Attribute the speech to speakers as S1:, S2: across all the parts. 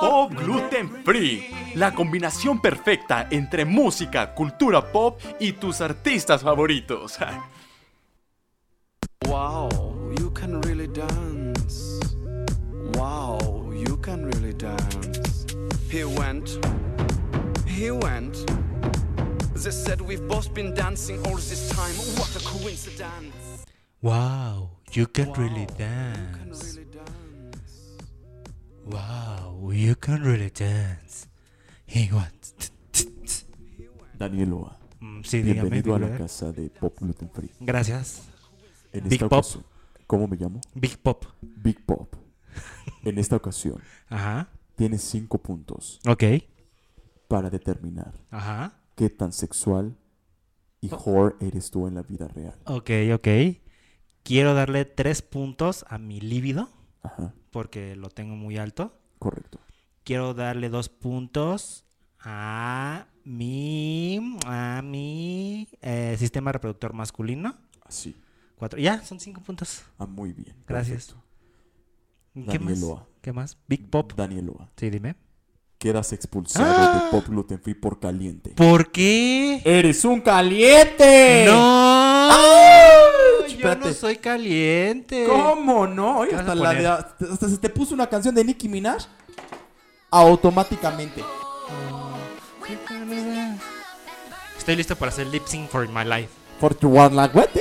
S1: Pop Gluten Free, la combinación perfecta entre música, cultura pop y tus artistas favoritos.
S2: Wow, you can really dance. Wow, you can really dance. He went, he went. They said we've both been dancing all this time. What a coincidence.
S3: Wow, you can really
S2: You can
S3: dance.
S2: really dance.
S3: Wow, you can really dance. He wants. t- t- t-
S4: Daniel Oa,
S3: Mm, Sí, dígame.
S4: bienvenido a la
S3: Miguel.
S4: casa de Pop Gluten Free.
S3: Gracias.
S4: En
S3: Big Pop.
S4: ocasión, ¿Cómo me llamo?
S3: Big Pop.
S4: Big Pop. En esta ocasión,
S3: Ajá.
S4: tienes cinco puntos
S3: Ok.
S4: para determinar
S3: Ajá.
S4: qué tan sexual y whore eres tú en la vida real.
S3: Ok, ok. Quiero darle tres puntos a mi líbido
S4: Ajá,
S3: porque lo tengo muy alto.
S4: correcto.
S3: Quiero darle dos puntos a mi, a mi eh, sistema reproductor masculino.
S4: Así.
S3: Cuatro. Ya, son cinco puntos.
S4: Ah, muy bien.
S3: Gracias.
S4: perfecto.
S3: ¿Qué más?
S4: Daniel Oa.
S3: ¿Qué más? Big Pop. ¡Ah!
S4: Daniel Oa,
S3: Sí, dime.
S4: quedas expulsado de Pop Gluten Free por caliente.
S3: ¿Por qué?
S4: ¡Eres un caliente!
S3: ¡No! Yo no
S4: Espérate.
S3: soy caliente.
S4: ¿Cómo no? Oye,
S3: ¿Qué vas a
S4: hasta, la de- hasta se te puso una canción de Nicki Minaj automáticamente.
S3: Estoy listo para hacer lip sync for my life.
S4: For to one like what, eh?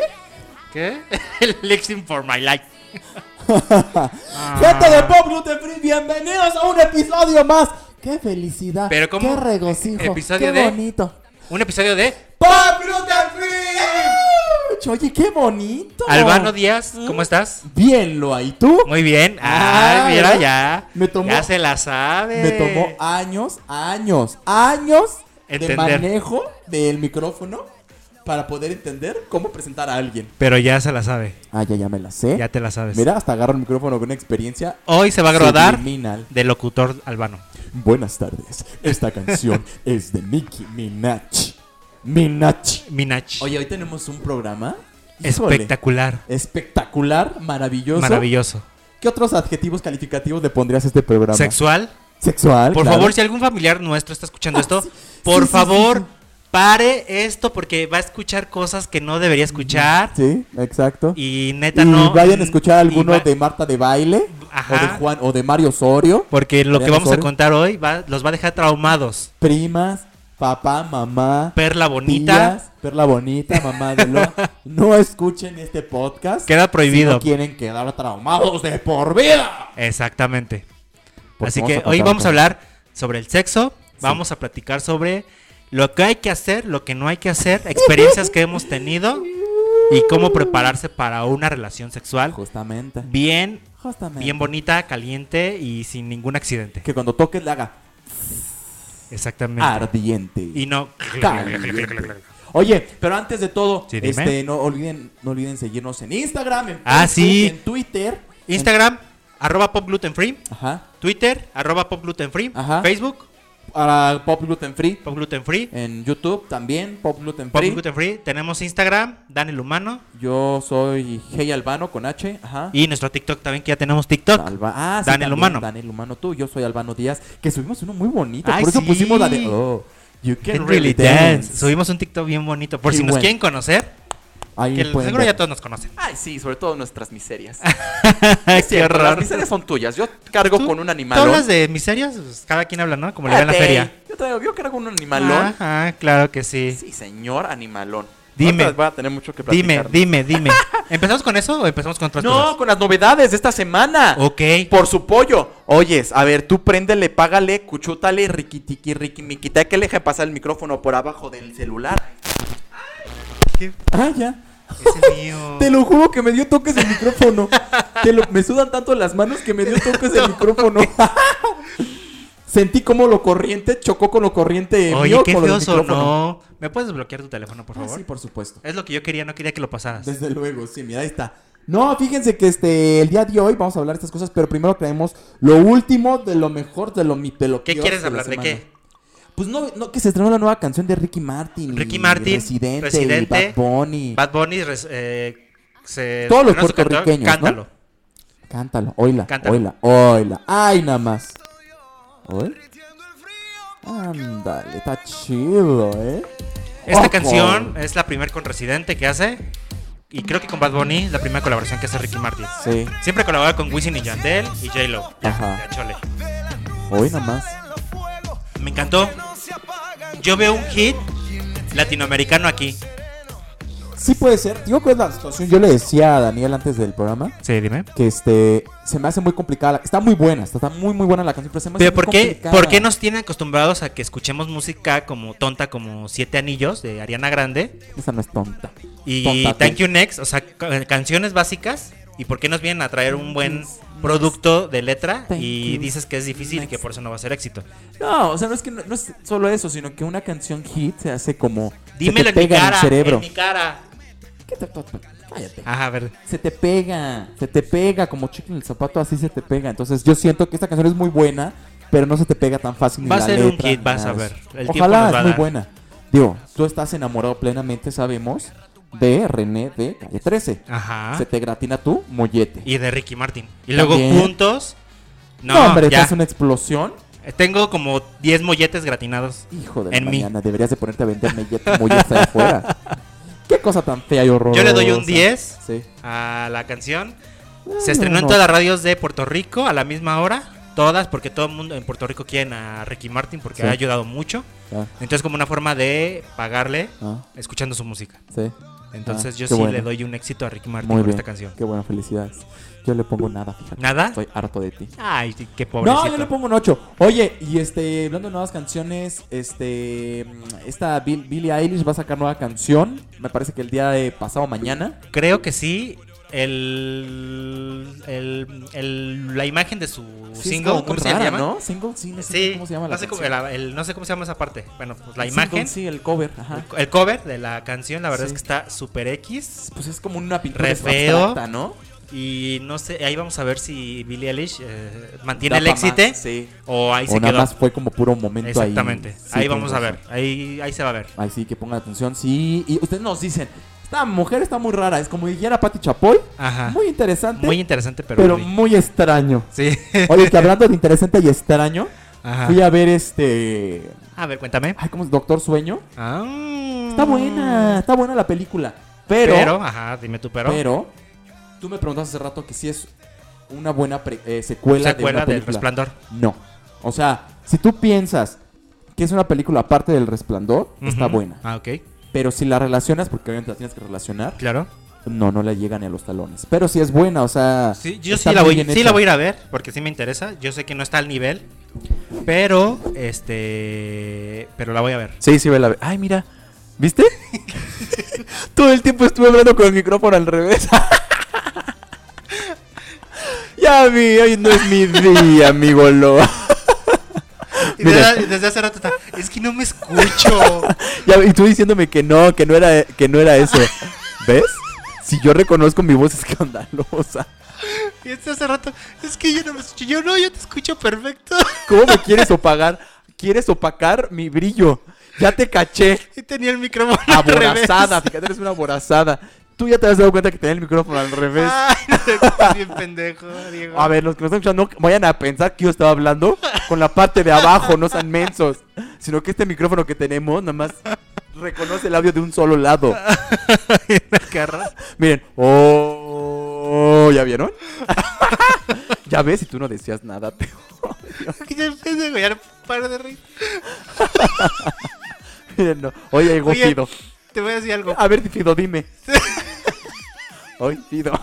S3: ¿Qué? El lip sync for my life. Ah.
S4: Gente de Pop Gluten Free, bienvenidos a un episodio más. ¡Qué felicidad!
S3: Pero ¿cómo?
S4: ¡Qué regocijo!
S3: ¿Episodio
S4: ¡Qué
S3: de?
S4: bonito!
S3: Un episodio de
S4: ¡Pop Gluten Free! Oye, qué bonito.
S3: Albano Díaz. ¿Cómo estás?
S4: Bien, Loa, ¿y tú?
S3: Muy bien.
S4: Ah,
S3: Ay, mira,
S4: ¿verdad?
S3: ya.
S4: Me tomó-
S3: Ya se la sabe.
S4: Me tomó años, años, años de
S3: Entender.
S4: manejo del micrófono para poder entender cómo presentar a alguien.
S3: Pero ya se la sabe.
S4: Ah, ya, ya me la sé.
S3: Ya te la sabes.
S4: Mira, hasta agarro el micrófono con experiencia.
S3: Hoy se va a graduar
S4: Subliminal.
S3: de locutor albano.
S4: Buenas tardes. Esta canción es de Nicki Minaj. Minaj.
S3: Minach.
S4: Oye, hoy tenemos un programa híjole,
S3: Espectacular.
S4: espectacular, maravilloso.
S3: Maravilloso.
S4: ¿Qué otros adjetivos calificativos le pondrías a este programa?
S3: Sexual.
S4: Sexual.
S3: Por
S4: Ah, claro. Ah,
S3: favor, si algún familiar nuestro está escuchando esto,
S4: sí,
S3: por
S4: sí, sí,
S3: favor,
S4: sí.
S3: pare esto porque va a escuchar cosas que no debería escuchar.
S4: Sí, exacto.
S3: Y neta
S4: Y
S3: no. mm,
S4: vayan a escuchar
S3: y
S4: alguno
S3: va-
S4: de Marta de Baile
S3: Ajá.
S4: o de Juan o de Mario Osorio,
S3: Porque lo que
S4: Mariano
S3: vamos a
S4: Osorio.
S3: contar hoy va- los va a dejar traumados.
S4: primas, papá, mamá,
S3: Perla bonita.
S4: tías, Perla Bonita, mamá de Loa. No escuchen este podcast.
S3: Queda prohibido.
S4: si no quieren quedar traumados de por vida.
S3: Exactamente.
S4: Porque
S3: Así
S4: vamos
S3: que
S4: a
S3: hoy
S4: contar
S3: vamos a
S4: con-
S3: hablar sobre el sexo. Vamos a platicar sobre lo que hay que hacer, lo que no hay que hacer, experiencias que hemos tenido y cómo prepararse para una relación sexual
S4: Justamente.
S3: bien
S4: Justamente.
S3: Bien bonita, caliente y sin ningún accidente.
S4: que cuando toques le haga
S3: Exactamente.
S4: ardiente.
S3: Y no.
S4: Ah, Caliente. Oye, pero antes de todo,
S3: Sí, dime.
S4: este, no olviden, no olviden seguirnos en Instagram, en,
S3: Ah, sí.
S4: en Twitter,
S3: Instagram, arroba pop gluten free.
S4: en- ajá,
S3: Twitter, arroba pop gluten free.
S4: Ajá.
S3: Facebook,
S4: para Pop Gluten Free,
S3: pop gluten free.
S4: en YouTube también, Pop Gluten
S3: Pop
S4: Free.
S3: gluten free. Tenemos Instagram, Dan el Humano.
S4: Yo soy Hey Albano con H, ajá.
S3: Y nuestro TikTok también, que ya tenemos TikTok.
S4: Alba- ah, sí,
S3: Dan el
S4: también,
S3: Humano.
S4: Dan el humano tú, yo soy Albano Díaz, que subimos uno muy bonito,
S3: Ay,
S4: por eso
S3: sí.
S4: pusimos la de oh, you
S3: Can
S4: can really
S3: really dance.
S4: dance.
S3: Subimos un TikTok bien bonito. Por
S4: Qué
S3: si nos
S4: bueno.
S3: quieren conocer,
S4: Ahí
S3: que
S4: pueden
S3: seguro
S4: ver.
S3: ya todos nos conocen.
S5: Ay, sí, sobre todo nuestras miserias.
S3: Qué
S5: Cierto, las
S3: horror.
S5: miserias son tuyas. Yo cargo
S3: ¿Tú-
S5: con un
S3: ¿Tú
S5: animalón.
S3: hablas de miserias? Pues cada quien habla, ¿no? Como le va en la
S5: Espérate,
S3: feria.
S5: Yo, traigo, yo cargo un animalón.
S3: Ajá, claro que sí.
S5: Sí, señor animalón.
S3: Dime.
S5: Ahorita Va a tener mucho que
S3: Dime,
S5: platicar.
S3: dime, dime. ¿Empezamos con eso o empezamos con otras
S5: No,
S3: cosas?
S5: con las novedades de esta semana.
S3: Ok.
S5: Por su pollo. Oyes, a ver, tú préndele, págale, cuchútale, riquitiqui, riquimiquita, que le deja pasar el micrófono por abajo del celular.
S4: Ah, ya.
S3: Ese es mío.
S4: Te lo juro que me dio toques el micrófono. Te lo- me sudan tanto las manos que me dio toques el micrófono. Sentí como lo corriente chocó con lo corriente
S3: Oye,
S4: mío
S3: qué
S4: con lo del
S3: feo
S4: micrófono.
S3: sonó. ¿Me puedes desbloquear tu teléfono, por
S4: Ah,
S3: favor?
S4: sí, por supuesto.
S3: Es lo que yo quería, no quería que lo pasaras.
S4: Desde luego, sí, mira, ahí está. No, fíjense que este el día de hoy vamos a hablar de estas cosas, pero primero traemos lo último de lo mejor de lo mi pelo.
S3: ¿Qué quieres hablar? ¿De qué?
S4: Pues no, no, que se estrenó la nueva canción de Ricky Martin.
S3: Ricky Martin,
S4: Residente,
S3: Residente,
S4: y Bad Bunny.
S3: Bad Bunny res- eh, se...
S4: Todos los
S3: ganó su canción,
S4: puertorriqueños, ¿no?
S3: Cántalo.
S4: Cántalo, oíla,
S3: Cántalo.
S4: oíla, oíla. Ay, nada más. ¿Oí? Ándale, está chido, ¿eh?
S3: Esta
S4: Ojo.
S3: canción es la primera con Residente que hace. Y creo que con Bad Bunny, la primera colaboración que hace Ricky Martin.
S4: Sí,
S3: Siempre colabora con Wisin y Yandel y J-Lo. Ya,
S4: Ajá.
S3: ya, chole.
S4: hoy nada más.
S3: Me encantó. Yo veo un hit latinoamericano aquí.
S4: Sí puede ser. Digo que es la situación. Yo le decía a Daniel antes del programa
S3: Sí, dime.
S4: que este se me hace muy complicada. la- Está muy buena, está, está muy muy buena la canción, pero se me hace
S3: Pero
S4: muy
S3: ¿por qué,
S4: complicada.
S3: ¿por qué nos tienen acostumbrados a que escuchemos música como tonta, como Siete Anillos de Ariana Grande
S4: Esa no es tonta.
S3: y
S4: Tonta, pues.
S3: Thank You Next? O sea, ca- canciones básicas. ¿Y por qué nos vienen a traer un buen producto de letra
S4: Thank
S3: y
S4: you.
S3: dices que es difícil y
S4: Next.
S3: que por eso no va a ser éxito?
S4: No, o sea, no es que no, no es solo eso, sino que una canción hit se hace como se
S3: Dímelo
S4: te
S3: en mi
S4: pega
S3: cara,
S4: el cerebro.
S3: en mi Ah. cara.
S4: ¿Qué te- Cállate.
S3: Ajá, a ver.
S4: se te pega, se te pega como chicle en el zapato, así se te pega. Entonces yo siento que esta canción es muy buena, pero no se te pega tan fácil. ni
S3: Va a
S4: la
S3: ser un
S4: letra,
S3: hit,
S4: ni
S3: vas
S4: nada
S3: a
S4: de
S3: ver.
S4: eso.
S3: El tiempo
S4: Ojalá
S3: nos va
S4: es
S3: a
S4: muy
S3: dar.
S4: buena. Digo, tú estás enamorado plenamente, sabemos, de René de Calle 13.
S3: Ajá.
S4: Se te gratina tu mollete.
S3: Y de Ricky Martin. Y luego
S4: También.
S3: juntos. No,
S4: No, hombre,
S3: ya.
S4: esta es una explosión.
S3: Tengo como 10 molletes gratinados.
S4: Hijo de la
S3: En mí.
S4: mañana, deberías de ponerte a venderme ya tu mollete allá afuera. Qué cosa tan fea y horrorosa.
S3: Yo le doy un 10
S4: Sí.
S3: a la canción.
S4: Bueno,
S3: Se estrenó en
S4: no.
S3: todas las radios de Puerto Rico a la misma hora. Todas, porque todo el mundo en Puerto Rico quieren a Ricky Martin porque
S4: Sí.
S3: ha ayudado mucho.
S4: Ah,
S3: Entonces, como una forma de pagarle
S4: ah,
S3: escuchando su música.
S4: sí.
S3: Entonces,
S4: Ah,
S3: yo
S4: qué
S3: sí
S4: bueno.
S3: le doy un éxito a Ricky Martin
S4: Muy
S3: por
S4: bien.
S3: esta canción.
S4: Qué bueno, felicidades. Yo le pongo nada, fíjate.
S3: ¿Nada?
S4: Estoy harto de ti.
S3: Ay, sí, qué pobrecito.
S4: No, yo le pongo un 8. Oye, y este, hablando de nuevas canciones, este, mm, esta Bill- Billie Eilish va a sacar nueva canción. Me parece que el día de pasado mañana.
S3: Creo que sí. El, el- el- la imagen de su
S4: Sí, es
S3: Uh, single,
S4: como
S3: ¿cómo
S4: muy
S3: se
S4: rara,
S3: llama?
S4: ¿no? Single, sí, no sé
S3: Sí,
S4: cómo se llama la
S3: no, sé cómo,
S4: canción.
S3: la- el- no sé cómo se llama esa parte. Bueno, pues la
S4: Single,
S3: imagen,
S4: sí, el cover, ajá.
S3: el, el cover de la canción, la verdad
S4: Sí.
S3: es que está super X.
S4: Pues es como una pintura
S3: Re feo.
S4: abstracta, ¿no?
S3: Y no sé, ahí vamos a ver si Billie Eilish eh, mantiene
S4: Da
S3: el
S4: pa'
S3: éxito
S4: más, Sí.
S3: o ahí
S4: o
S3: se
S4: nada
S3: quedó.
S4: más fue como puro momento ahí.
S3: Exactamente. Ahí,
S4: Sí,
S3: vamos
S4: tienes
S3: a ver,
S4: razón.
S3: ahí, ahí se va a ver.
S4: Ahí sí, que pongan atención. Sí, y ustedes nos dicen, esta mujer está muy rara. Es como dijera Pati Chapoy.
S3: Ajá. Ah. Muy,
S4: Muy interesante,
S3: interesante, pero.
S4: pero
S3: muy-
S4: muy extraño.
S3: Sí.
S4: Oye, que hablando de interesante y extraño,
S3: Ajá.
S4: fui a ver este.
S3: A ver, cuéntame.
S4: Ay, ¿cómo es? Doctor Sueño.
S3: Ah.
S4: Está buena, está buena la película. Pero,
S3: Pero,
S4: pero,
S3: ajá, dime tú, pero.
S4: tú me preguntaste hace rato que si es una buena pre- eh, secuela,
S3: secuela
S4: de
S3: del
S4: una película.
S3: resplandor.
S4: No. O sea, si tú piensas que es una película aparte del resplandor, está
S3: Ujú.
S4: buena.
S3: Ah, ok.
S4: Pero si la relacionas, porque obviamente la tienes que relacionar,
S3: Claro.
S4: no, no le llega ni a los talones. Pero si es buena, o sea.
S3: Sí, yo
S4: está
S3: sí la,
S4: muy
S3: voy,
S4: bien
S3: sí
S4: hecha.
S3: la voy a ir a ver, porque sí me interesa. Yo sé que no está al nivel, pero este pero la voy a ver.
S6: Sí, sí, ve la. Ay, mira. ¿Viste? Todo el tiempo estuve hablando con el micrófono al revés. ya vi, hoy no es mi día, amigo Lo.
S3: Y
S6: Mira.
S3: desde, desde hace rato está, es que no me escucho.
S6: Ya, y tú diciéndome que no, que no era, que no era eso. ¿Ves? Si yo reconozco mi voz escandalosa.
S3: Y desde hace rato, es que yo no me escucho. Yo no, yo te escucho perfecto.
S6: ¿Cómo me quieres opacar? ¿Quieres opacar mi brillo? Ya te caché.
S3: Y tenía el micrófono al revés.
S6: Aborazada, fíjate, eres una aborazada. Tú ya te has dado cuenta que tenía el micrófono al revés.
S3: Ay, no te estás bien pendejo, Diego.
S6: A ver, los que nos están escuchando, no vayan a pensar que yo estaba hablando con la parte de abajo, no sean mensos. Sino que este micrófono que tenemos nada más reconoce el audio de un solo lado. Miren, oh, ¿ya vieron? ya ves, si tú no decías nada, te odio.
S3: Ya pendejo, ya no paro de reír.
S6: Miren, no. Oye, llegó
S3: Oye.
S6: Fido.
S3: Te voy a decir algo.
S6: A ver, Fido, dime. Oye, Fido.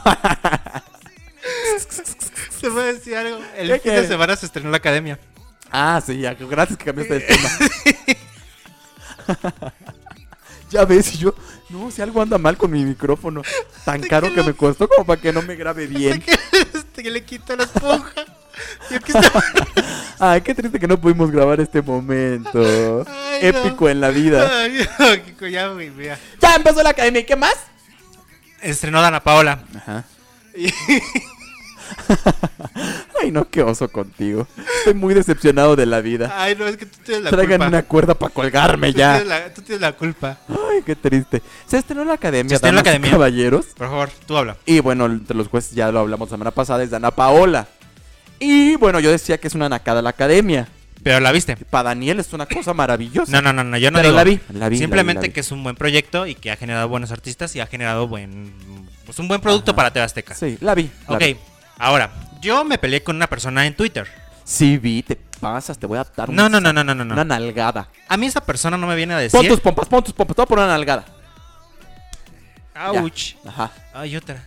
S3: Te voy a decir algo. El
S6: ¿Qué
S3: fin de
S6: quieres?
S3: semana se estrenó la academia.
S6: Ah, sí, ya, gracias que cambiaste de tema. ya ves, y yo, no, si algo anda mal con mi micrófono, tan caro que me costó como
S3: este,
S6: para que no me grabe bien.
S3: que le quito la esponja. Yo que estaba
S4: Ay, qué triste que no pudimos grabar este momento.
S3: Ay, no.
S4: Épico en la vida.
S3: Ay, Kiko, ya, güey, mira.
S4: Ya empezó la academia, ¿y qué más?
S3: Estrenó Dana Paola.
S4: Ajá. Ay, no, qué oso contigo. Estoy muy decepcionado de la vida.
S3: Ay, no, es que tú tienes Ah, la
S4: Traigan
S3: culpa.
S4: una cuerda para colgarme
S3: tú,
S4: ya.
S3: Tienes la, tú tienes la culpa.
S4: Ay, qué triste. Se estrenó la academia.
S3: Se estrenó la
S4: damas y
S3: academia.
S4: Caballeros.
S3: Por favor, tú habla.
S4: Y bueno, entre los jueces ya lo hablamos la semana pasada, es Dana Paola. Y bueno, yo decía que es una nacada la academia.
S3: Pero la viste.
S4: Para Daniel es una cosa maravillosa.
S3: No, no, no, no, yo no
S4: Pero
S3: digo.
S4: la vi, la vi,
S3: Simplemente
S4: la vi, la vi.
S3: que es un buen proyecto y que ha generado buenos artistas y ha generado buen pues un buen producto
S4: Ajá.
S3: para TV Azteca.
S4: Sí, la vi. la
S3: ok,
S4: vi.
S3: ahora, yo me peleé con una persona en Twitter.
S4: Sí, vi, te pasas, te voy a dar
S3: No,
S4: una-
S3: no, no, no, no, no,
S4: una
S3: no.
S4: nalgada.
S3: A mí esa persona no me viene a
S4: Pon tus
S3: decir.
S4: pompas, pon tus pompas, te voy a poner una nalgada. Ya.
S3: Ouch.
S4: Ajá,
S3: Ay, otra.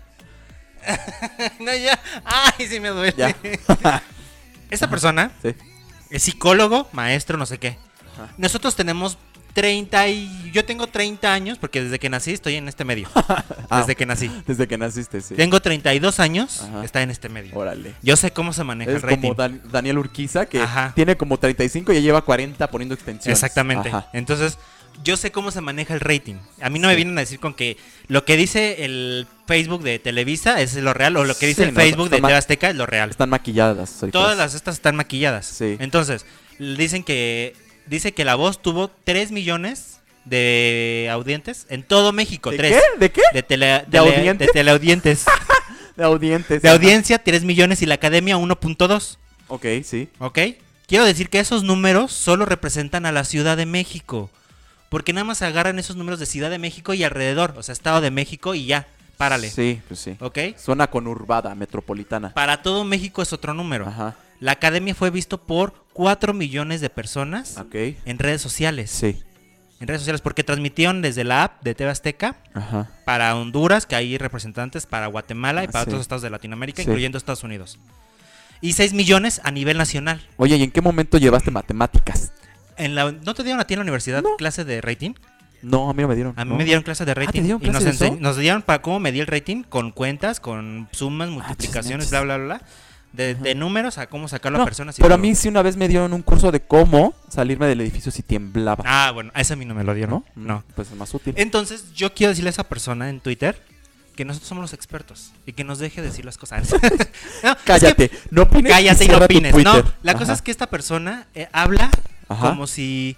S3: no, ya. Ay, sí me duele.
S4: ya.
S3: Esta persona
S4: Sí.
S3: es psicólogo, maestro, no sé qué.
S4: Ajá.
S3: Nosotros tenemos 30 y... Yo tengo 30 años porque desde que nací estoy en este medio.
S4: Ah,
S3: desde que nací.
S4: Desde que naciste, sí.
S3: Tengo 32 años,
S4: Este, Ajá.
S3: está en este medio.
S4: Órale.
S3: Yo sé cómo se maneja
S4: Es
S3: el rating.
S4: como Dan- Daniel Urquiza, que
S3: Ajá.
S4: tiene como 35 y ya lleva 40 poniendo extensiones.
S3: Exactamente.
S4: Ajá.
S3: Entonces, yo sé cómo se maneja el rating. A mí no me
S4: Sí.
S3: vienen a decir con que lo que dice el Facebook de Televisa es lo real o lo que dice
S4: Sí,
S3: el
S4: no,
S3: Facebook
S4: está
S3: de
S4: ma-
S3: TV Azteca es lo real.
S4: Están maquilladas. soy
S3: Todas
S4: juez.
S3: las estas están maquilladas.
S4: Sí.
S3: Entonces, dicen que dice que la voz tuvo 3 millones de audientes en todo México,
S4: ¿De
S3: 3
S4: qué? ¿De qué?
S3: de tele-
S4: ¿De
S3: tele-
S4: audientes?
S3: de teleaudientes.
S4: De audientes.
S3: de
S4: ajá.
S3: audiencia 3 millones y la academia 1.2.
S4: Ok, sí.
S3: ¿Ok? Quiero decir que esos números solo representan a la Ciudad de México. Porque nada más agarran esos números de Ciudad de México y alrededor. O sea, Estado de México y ya. Párale.
S4: Sí, pues sí.
S3: ¿Ok?
S4: Suena conurbada, metropolitana.
S3: Para todo México es otro número.
S4: Ajá.
S3: La academia fue visto por 4 millones de personas
S4: Ok.
S3: en redes sociales.
S4: Ah. Sí.
S3: En redes sociales porque transmitieron desde la app de TV Azteca
S4: Ajá.
S3: para Honduras, que hay representantes para Guatemala y
S4: Ah,
S3: para
S4: sí.
S3: otros estados de Latinoamérica,
S4: Sí.
S3: incluyendo Estados Unidos. Y 6 millones a nivel nacional.
S4: Oye, ¿y en qué momento llevaste matemáticas?
S3: En la- ¿No te dieron a ti en la universidad clase de rating?
S4: No, a mí no me dieron.
S3: A mí
S4: no. Ah,
S3: me dieron clase de rating.
S4: dieron
S3: y nos,
S4: clase de
S3: ense-
S4: eso?
S3: nos dieron para cómo medir el rating con cuentas, con
S4: Ah,
S3: sumas, multiplicaciones,
S4: manches.
S3: bla, bla, bla. bla, De, de números a cómo sacar a la
S4: No,
S3: persona.
S4: pero a mí sí una vez me dieron un curso de cómo salirme del edificio si temblaba.
S3: Ah, bueno, a ese a mí no me lo dieron.
S4: ¿No?
S3: No.
S4: Pues es más útil.
S3: Entonces, yo quiero decirle a esa persona en Twitter que nosotros somos los expertos y que nos deje decir las cosas. No, es que
S4: Cállate, no opines.
S3: cállate y no
S4: cierra tu
S3: opines. No,
S4: Twitter.
S3: la cosa
S4: Ajá.
S3: es que esta persona eh, habla
S4: Ajá.
S3: como si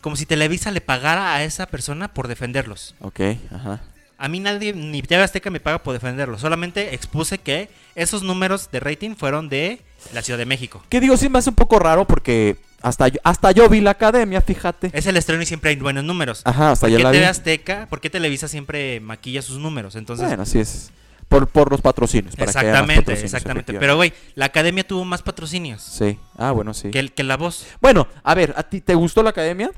S3: como si Televisa le pagara a esa persona por defenderlos.
S4: Ok, ajá.
S3: A mí nadie, ni TV Azteca me paga por defenderlo. Solamente expuse que esos números de rating fueron de la Ciudad de México.
S4: Que digo, sí me hace un poco raro porque hasta yo, hasta yo vi la academia, fíjate.
S3: Es el estreno y siempre hay buenos números.
S4: Ajá, hasta
S3: ¿Por
S4: yo
S3: qué
S4: la vi.
S3: TV Azteca? ¿Por qué Televisa siempre maquilla sus números? Entonces,
S4: Bueno, así es. Por, por los patrocinios. para que haya más
S3: exactamente,
S4: patrocinios,
S3: exactamente. Pero,
S4: efectivamente.
S3: güey, la academia tuvo más patrocinios
S4: Sí, ah, bueno, sí.
S3: que, el- que la voz.
S4: Bueno, a ver, ¿a ti te gustó la academia?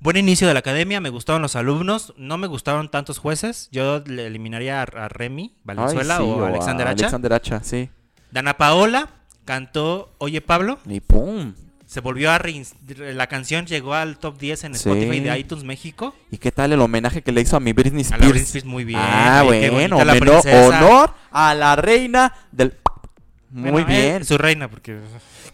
S3: Buen inicio de la academia, me gustaron los alumnos, no me gustaron tantos jueces. Yo le eliminaría a, a Remy Valenzuela
S4: Ay, sí,
S3: o, a Alexander Hacha.
S4: Alexander Hacha, sí.
S3: Dana Paola cantó Oye Pablo.
S4: Y pum.
S3: se volvió a reins- la canción llegó al top 10 en
S4: Sí.
S3: Spotify de iTunes México.
S4: ¿Y qué tal el homenaje que le hizo a mi Britney
S3: A
S4: Spears?
S3: la Britney Spears, muy bien.
S4: Ah,
S3: güey, qué
S4: bueno,
S3: bonita la
S4: homeno-
S3: princesa.
S4: honor a la reina del... Muy
S3: Bueno, eh,
S4: bien.
S3: su reina, porque.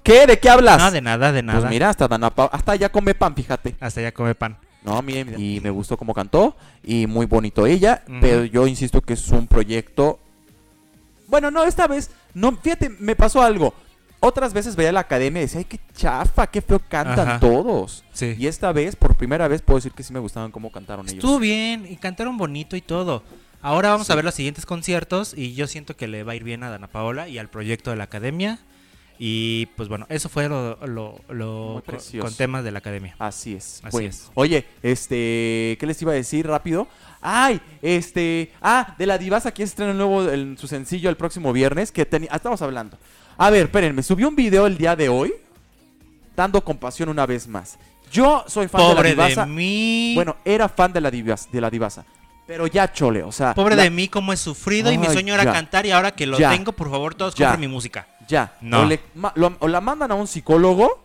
S4: ¿Qué? ¿De qué hablas?
S3: No, de nada, de nada.
S4: Pues mira, hasta Dana Pau- hasta ya come pan, fíjate.
S3: Hasta ya come pan.
S4: No, miren, y me gustó cómo cantó y muy bonito ella,
S3: Ujú.
S4: pero yo insisto que es un proyecto Bueno, no, esta vez no, fíjate, me pasó algo. Otras veces veía la academia y decía, "Ay, qué chafa, qué feo cantan
S3: Ajá.
S4: todos."
S3: Sí.
S4: Y esta vez, por primera vez puedo decir que sí me gustaban cómo cantaron
S3: Estuvo bien y cantaron bonito y todo. Ahora vamos a ver los siguientes conciertos y yo siento que le va a ir bien a Dana Paola y al proyecto de la academia. Y pues bueno, eso fue lo, lo- lo
S4: Muy
S3: co-
S4: precioso. Ah,
S3: con temas de la academia.
S4: Así es.
S3: Así
S4: Bueno,
S3: es.
S4: Oye, este, ¿qué les iba a decir rápido? Ay, este, ah, de la divasa que estrena el nuevo el- su sencillo el próximo viernes que teni- ah, estamos hablando. A ver, espérenme, subí un video el día de hoy dando compasión una vez más. Yo soy fan
S3: Pobre
S4: de la divasa.
S3: de mí.
S4: Bueno, era fan de la divasa, de la divasa, pero ya chole, o sea,
S3: Pobre
S4: la-
S3: de mí, cómo he sufrido y mi
S4: Ay,
S3: sueño era
S4: ya.
S3: cantar y ahora que lo
S4: Ya.
S3: tengo, por favor, todos
S4: Ya.
S3: compren mi música.
S4: ya,
S3: No.
S4: o, le- ma- lo- o la mandan a un psicólogo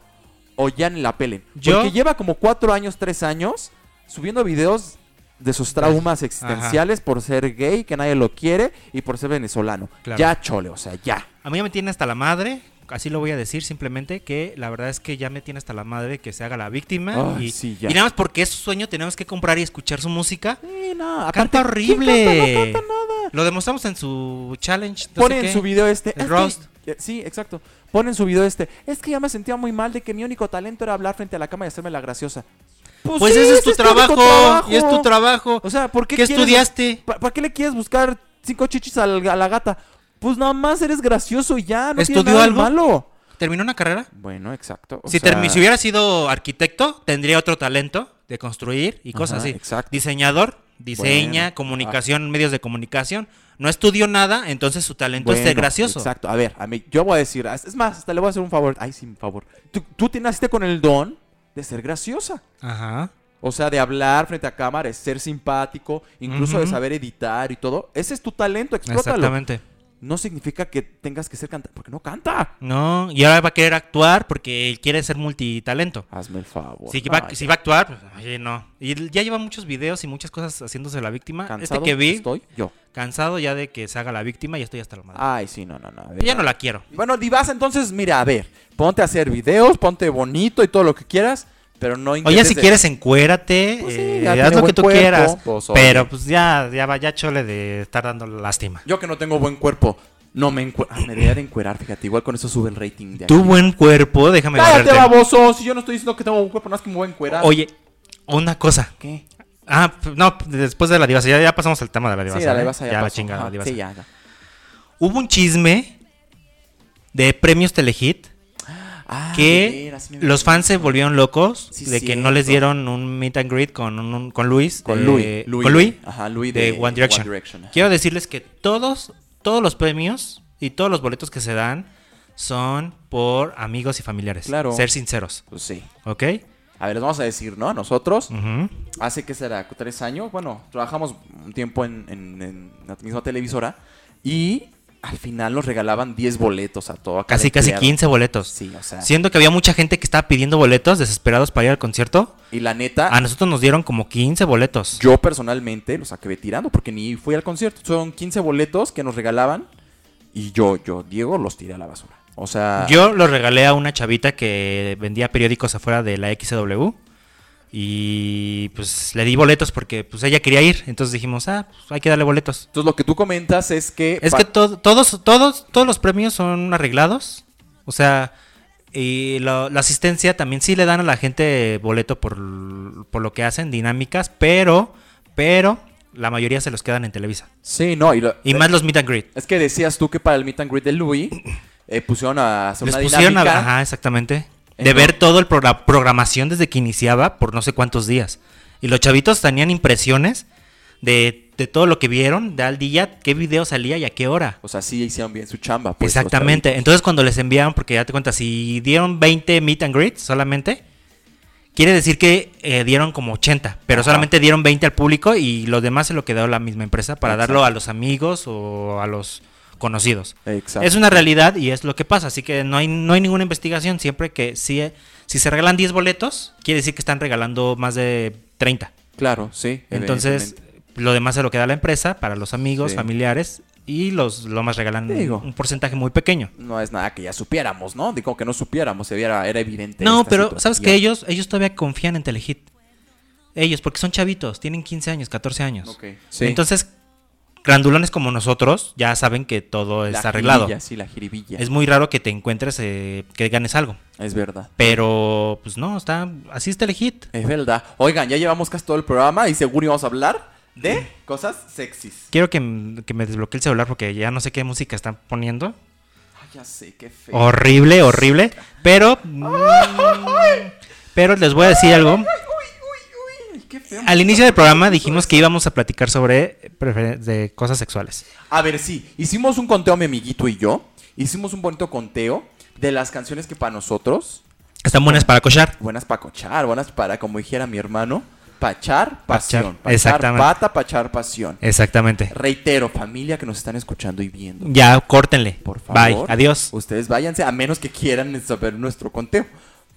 S4: o ya ni la pelen.
S3: Yo-
S4: Porque lleva como cuatro años, tres años subiendo videos de sus traumas existenciales por ser gay, que nadie lo quiere, y por ser venezolano.
S3: Claro.
S4: Ya chole, o sea, ya.
S3: A mí ya me tiene hasta la madre así lo voy a decir simplemente, que la verdad es que ya me tiene hasta la madre que se haga la víctima.
S4: Ay,
S3: y,
S4: sí, ya.
S3: y nada más porque es su sueño, tenemos que comprar y escuchar su música.
S4: Sí, no,
S3: Canta
S4: ¿quién
S3: horrible.
S4: canta? No canta nada.
S3: Lo demostramos en su challenge. no
S4: Ponen
S3: sé qué.
S4: su video este.
S3: El
S4: "Es que-"
S3: roast.
S4: eh, sí, exacto. Ponen su video este. Es que ya me sentía muy mal de que mi único talento era hablar frente a la cámara y hacerme la graciosa.
S3: Pues
S4: sí,
S3: ese es tu
S4: único
S3: trabajo, Y es tu trabajo.
S4: O sea, ¿por qué,
S3: ¿Qué
S4: quieres-
S3: estudiaste?
S4: pa- ¿Para qué le quieres buscar cinco chichis al- a la gata? Pues nada más eres gracioso y ya, no tiene
S3: ¿Estudió
S4: nada de
S3: algo?
S4: malo.
S3: ¿Terminó una carrera?
S4: Bueno, exacto. o
S3: Si,
S4: sea,
S3: termi- si hubiera sido arquitecto, tendría otro talento de construir y cosas
S4: Ajá,
S3: así.
S4: exacto.
S3: Diseñador, diseña,
S4: Bueno, ah.
S3: comunicación, medios de comunicación. No estudió nada, entonces su talento es ser
S4: bueno,
S3: gracioso.
S4: Exacto. A ver, a mí, yo voy a decir, ah, es es más, hasta le voy a hacer un favor. Ay, sin favor. Tú, tú te naciste con el don de ser graciosa.
S3: Ajá.
S4: O sea, de hablar frente a cámara, es ser simpático, incluso de
S3: Ujú.
S4: saber editar y todo. Ese es tu talento, explótalo.
S3: Exactamente.
S4: No significa que tengas que ser cantante, porque no canta.
S3: No, y ahora va a querer actuar porque él quiere ser multitalento.
S4: Hazme el favor.
S3: Si va,
S4: Ay,
S3: si va a actuar, pues, oye, no. Y ya lleva muchos videos y muchas cosas haciéndose la víctima.
S4: cansado
S3: este que vi,
S4: Estoy Ah, yo.
S3: cansado ya de que se haga la víctima y estoy hasta la madre.
S4: Ay, sí, no, no, no. a ver,
S3: Ah. ya no la quiero.
S4: Bueno, Divasa, entonces, mira, a ver, ponte a hacer videos, ponte bonito y todo lo que quieras, pero no
S3: Oye,
S4: intentes
S3: si
S4: de-
S3: quieres, encuérate,
S4: Pues sí,
S3: eh,
S4: ya tiene
S3: haz lo
S4: buen
S3: que tú
S4: cuerpo,
S3: quieras.
S4: pues, oye.
S3: pero pues ya, ya va, ya chole de estar dando lástima.
S4: Yo que no tengo buen cuerpo, no me encuero. me debería de encuerar, fíjate, igual con eso sube el rating de
S3: Tu
S4: aquí.
S3: buen cuerpo, déjame
S4: ¡Cállate,
S3: barrerte.
S4: baboso! Si yo no estoy diciendo que tengo buen cuerpo, no es que me voy a encuerar.
S3: Oye, una cosa.
S4: ¿Qué?
S3: Ah, p- no, p- después de la divasa, ya, ya pasamos al tema de la divasa.
S4: Sí, la
S3: ¿eh?
S4: Divasa ya
S3: la
S4: pasó.
S3: chingada
S4: Ajá,
S3: la divasa.
S4: Sí, ya, ya.
S3: Hubo un chisme de premios Telehit
S4: Ah,
S3: que
S4: de veras, sí me-
S3: los fans se volvieron locos
S4: Sí,
S3: de que no les
S4: cierto.
S3: dieron un meet and greet con, un- un- con Luis.
S4: Con
S3: de-
S4: Louis, Louis.
S3: Con Luis.
S4: Ajá, Louis
S3: de,
S4: de
S3: One Direction.
S4: One Direction, ajá.
S3: Quiero decirles que todos, todos los premios y todos los boletos que se dan son por amigos y familiares.
S4: Claro.
S3: Ser sinceros,
S4: Pues sí.
S3: ¿ok?
S4: A ver, les vamos a decir, ¿no? Nosotros,
S3: Ujú.
S4: hace que será tres años, bueno, trabajamos un tiempo en, en- en la misma televisora y al final nos regalaban 10 boletos a todo. a cada
S3: Casi, casi
S4: empleado.
S3: 15 boletos.
S4: Sí, ah. o sea.
S3: Siendo que había mucha gente que estaba pidiendo boletos desesperados para ir al concierto,
S4: Y la neta,
S3: a nosotros nos dieron como 15 boletos.
S4: yo personalmente los acabé tirando porque ni fui al concierto. Son 15 boletos que nos regalaban y yo, yo, Diego, los tiré a la basura. O sea,
S3: Yo lo regalé a una chavita que vendía periódicos afuera de la XW. Y pues le di boletos porque pues ella quería ir. Entonces dijimos, ah, pues, hay que darle boletos.
S4: entonces lo que tú comentas es que...
S3: Es
S4: pa-
S3: que to- todos, todos, todos los premios son arreglados. O sea, y lo- la asistencia también sí le dan a la gente boleto por, l- por lo que hacen, dinámicas, pero, pero la mayoría se los quedan en Televisa.
S4: Sí, no, y, lo- eh,
S3: Y más los meet and greet.
S4: es que decías tú que para el meet and greet de Louis eh, pusieron a hacer
S3: Les
S4: una
S3: pusieron a
S4: dinámica.
S3: ajá, exactamente. De
S4: Entonces-
S3: ver todo el pro- la programación desde que iniciaba por no sé cuántos días. Y los chavitos tenían impresiones de, de todo lo que vieron, de al día, qué video salía y a qué hora.
S4: O sea, sí hicieron bien su chamba. pues, los
S3: Exactamente. Entonces, cuando les enviaron, porque ya te cuentas, si dieron 20 meet and greets solamente, quiere decir que eh, dieron como 80, pero
S4: Ajá.
S3: solamente dieron 20 al público y los demás se lo quedó la misma empresa para darlo a los amigos o a los conocidos.
S4: Exacto.
S3: Es una realidad y es lo que pasa, así que no hay, no hay ninguna investigación. Siempre que si, si se regalan 10 boletos, quiere decir que están regalando más de 30.
S4: Claro, sí.
S3: Entonces, lo demás se lo queda la empresa para los amigos,
S4: Sí.
S3: familiares y los lomas regalan
S4: Digo.
S3: un porcentaje muy pequeño.
S4: evidentemente. no es nada que ya supiéramos, ¿no? Digo que no supiéramos, se viera, era evidente.
S3: No,
S4: esta
S3: pero
S4: situación.
S3: sabes que ellos ellos todavía confían en Telehit. Ellos porque son chavitos, tienen 15 años, 14 años.
S4: Ok, sí.
S3: Entonces, grandulones como nosotros ya saben que todo
S4: La
S3: está pues, arreglado.
S4: jiribilla, sí, la jiribilla.
S3: Es
S4: Es,
S3: muy raro que te encuentres eh, que ganes algo,
S4: verdad.
S3: pero pues no, está así es Telehit.
S4: Es verdad. Oigan, ya llevamos casi todo el programa y seguro íbamos a hablar de cosas sexys.
S3: Quiero que, m- que me desbloquee el celular porque ya no sé qué música están poniendo.
S4: Ay, ya sé, qué feo.
S3: Horrible, horrible. Pero. mm, Pero les voy a decir algo.
S4: Uy, uy, qué feo.
S3: Al inicio del programa dijimos que íbamos a platicar sobre prefer- de cosas sexuales.
S4: A ver, sí, hicimos un conteo, mi amiguito y yo. Hicimos un bonito conteo de las canciones que para nosotros,
S3: Están buenas para cochar.
S4: buenas para cochar, buenas para, como dijera mi hermano, pachar pasión.
S3: Pachar,
S4: Pachar,
S3: exactamente.
S4: pata, pachar pasión.
S3: Exactamente.
S4: Reitero, familia que nos están escuchando y viendo.
S3: Ya, córtenle.
S4: Por favor.
S3: Bye. Adiós.
S4: Ustedes váyanse, a menos que quieran saber nuestro conteo.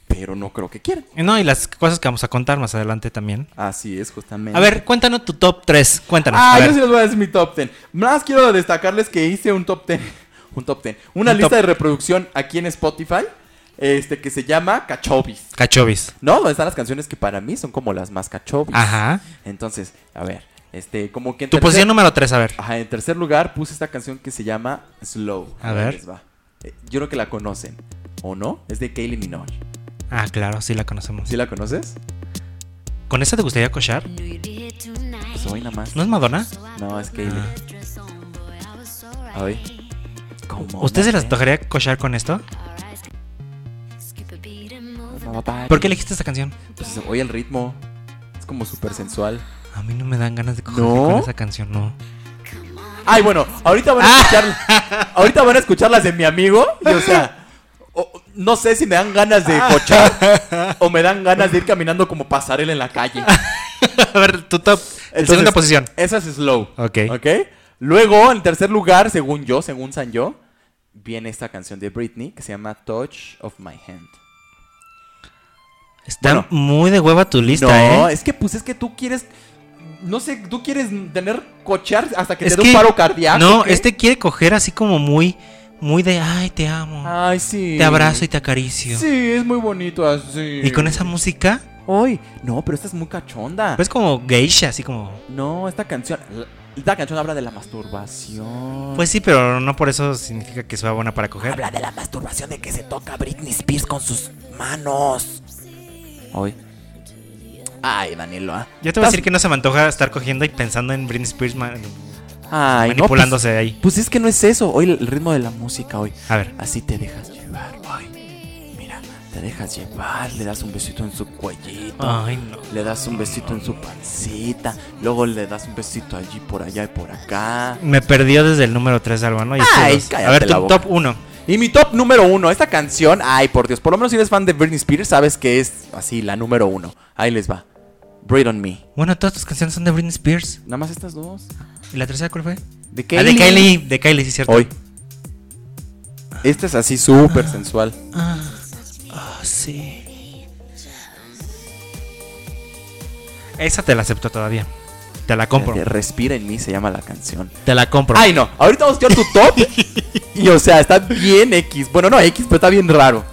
S4: Pero no creo que quieran.
S3: No, y las cosas que vamos a contar más adelante también.
S4: Así es, justamente.
S3: A ver, cuéntanos tu top 3. Cuéntanos.
S4: Ah,
S3: a ver.
S4: yo sí les voy a decir mi top 10. Más quiero destacarles que hice un top 10. Un top 10. Una
S3: Un
S4: lista
S3: top.
S4: de reproducción aquí en Spotify este, que se llama Cachobis.
S3: Cachovis.
S4: ¿No? Donde están las canciones que para mí son como las más cachobis.
S3: Ajá.
S4: Entonces, a ver, este, como que en,
S3: Tu
S4: tercer-
S3: posición número 3, a ver.
S4: Ajá, en tercer lugar puse esta canción que se llama Slow.
S3: A
S4: Ahí
S3: ver.
S4: les va. Eh, Yo creo que la conocen. ¿O no? Es de Kylie Minogue.
S3: Ah, claro, sí la conocemos.
S4: ¿Sí la conoces?
S3: ¿Con esa te gustaría cochar?
S4: Pues hoy nada más.
S3: ¿No es Madonna?
S4: No, es Kylie.
S3: Ah.
S4: A ver. ¿Cómo?
S3: ¿Usted se
S4: no
S3: las
S4: sé?
S3: antojaría cochar con esto?
S4: No, bye.
S3: ¿Por qué elegiste esta canción?
S4: Pues oye el ritmo. Es como súper sensual.
S3: A mí no me dan ganas de coger
S4: ¿No?
S3: con esa canción, no.
S4: Ay, bueno, ahorita van a
S3: Ah.
S4: escuchar. ahorita van a escuchar las de mi amigo. Y o sea, o- no sé si me dan ganas de
S3: Ah.
S4: cochar o me dan ganas de ir caminando como pasarela en la calle.
S3: a ver, tu top. En
S4: Entonces,
S3: segunda posición.
S4: Esa es slow.
S3: Ok.
S4: Ok. Luego, en tercer lugar, según yo, según San yo, viene esta canción de Britney que se llama Touch of My Hand.
S3: Está
S4: bueno.
S3: muy de hueva tu lista,
S4: no,
S3: ¿eh?
S4: es que pues es que tú quieres. No sé, tú quieres tener cochar hasta que
S3: Es
S4: te dé
S3: que-
S4: un paro cardíaco.
S3: No,
S4: ¿qué?
S3: este quiere coger así como muy, muy de, ay, te amo,
S4: Ay, sí.
S3: te abrazo y te acaricio.
S4: Sí, es muy bonito así.
S3: Y con esa música,
S4: Hoy. No, pero esta es muy cachonda.
S3: pues como geisha, así como.
S4: No, esta canción. Esta canción habla de la masturbación.
S3: Pues sí, pero no por eso significa que sea buena para coger.
S4: Habla de la masturbación de que se toca Britney Spears con sus manos. Hoy. Ay, Danilo, ah.
S3: Yo te voy a decir que no se me antoja estar cogiendo y pensando en Britney Spears ma-
S4: Ay, no, pues-
S3: manipulándose ahí.
S4: Pues es que no es eso. Hoy el ritmo de la música hoy.
S3: A ver,
S4: Así te dejas llevar, hoy. Mira, te dejas llevar, le das un besito en su cuellito.
S3: Ay, no.
S4: Le das un besito en su pancita. Luego le das un besito allí, por allá y por acá.
S3: me perdió desde el número 3, Albano. y estoy
S4: Ay,
S3: dos. A
S4: cállate
S3: ver, tu
S4: la boca.
S3: top 1.
S4: Y mi top número uno, esta canción, ay por Dios, por lo menos si eres fan de Britney Spears, sabes que es así, la número uno. Ahí les va. Breathe on Me.
S3: Bueno, todas tus canciones son de Britney Spears.
S4: Nada más estas dos.
S3: ¿Y la tercera cuál fue?
S4: De
S3: Ah, de Kylie, de Kylie, sí, cierto.
S4: Hoy. Esta es así súper sensual.
S3: Ah, ah, sí. Esa te la acepto todavía. Te la compro.
S4: Fíjate, Este, Respira en mí se llama la canción.
S3: Te la compro.
S4: Ay no, ahorita vamos a escuchar tu top. y o sea, está bien X. Bueno, no X, pero está bien raro.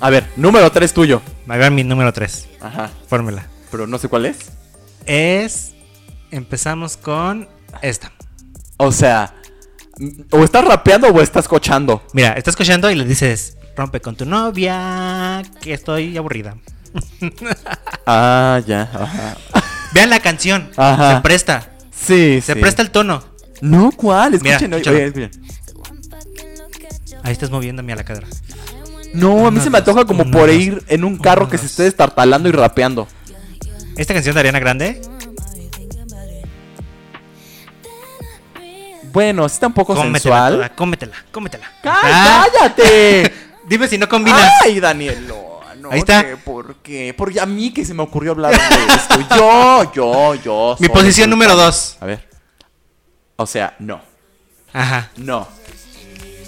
S4: A ver, número tres tuyo.
S3: A ver, mi número 3.
S4: Ajá.
S3: Fórmula.
S4: Pero no sé cuál es.
S3: Es. Empezamos con esta.
S4: O sea, m- o estás rapeando o estás cochando.
S3: Mira, estás escuchando y le dices: Rompe con tu novia, que estoy aburrida.
S4: Ah, ya. Ajá.
S3: Vean la canción.
S4: Ajá.
S3: Se presta.
S4: Sí,
S3: Se presta el tono.
S4: No, ¿cuál?
S3: Mira,
S4: Escuchen, oye, oye,
S3: escúchalo.
S4: escuchen.
S3: Ahí estás moviéndome a la cadera.
S4: No, a mí
S3: Una,
S4: se me antoja
S3: dos,
S4: como
S3: una,
S4: por
S3: dos,
S4: ir en un carro
S3: una,
S4: que se
S3: dos.
S4: esté destartalando y rapeando.
S3: Esta canción de Ariana Grande.
S4: Bueno, sí está un poco
S3: Cómetela,
S4: sensual.
S3: toda, cómetela, cómetela.
S4: ¡Cá- ¡Cállate!
S3: Dime si no Ah. combina.
S4: ¡Ay, Danielo! No
S3: Ahí está.
S4: sé ¿Por qué? Porque a mí que se me ocurrió hablar de esto. Yo, yo, yo.
S3: Mi
S4: soy
S3: posición
S4: culpable.
S3: número 2.
S4: A ver. O sea, no.
S3: Ajá.
S4: No.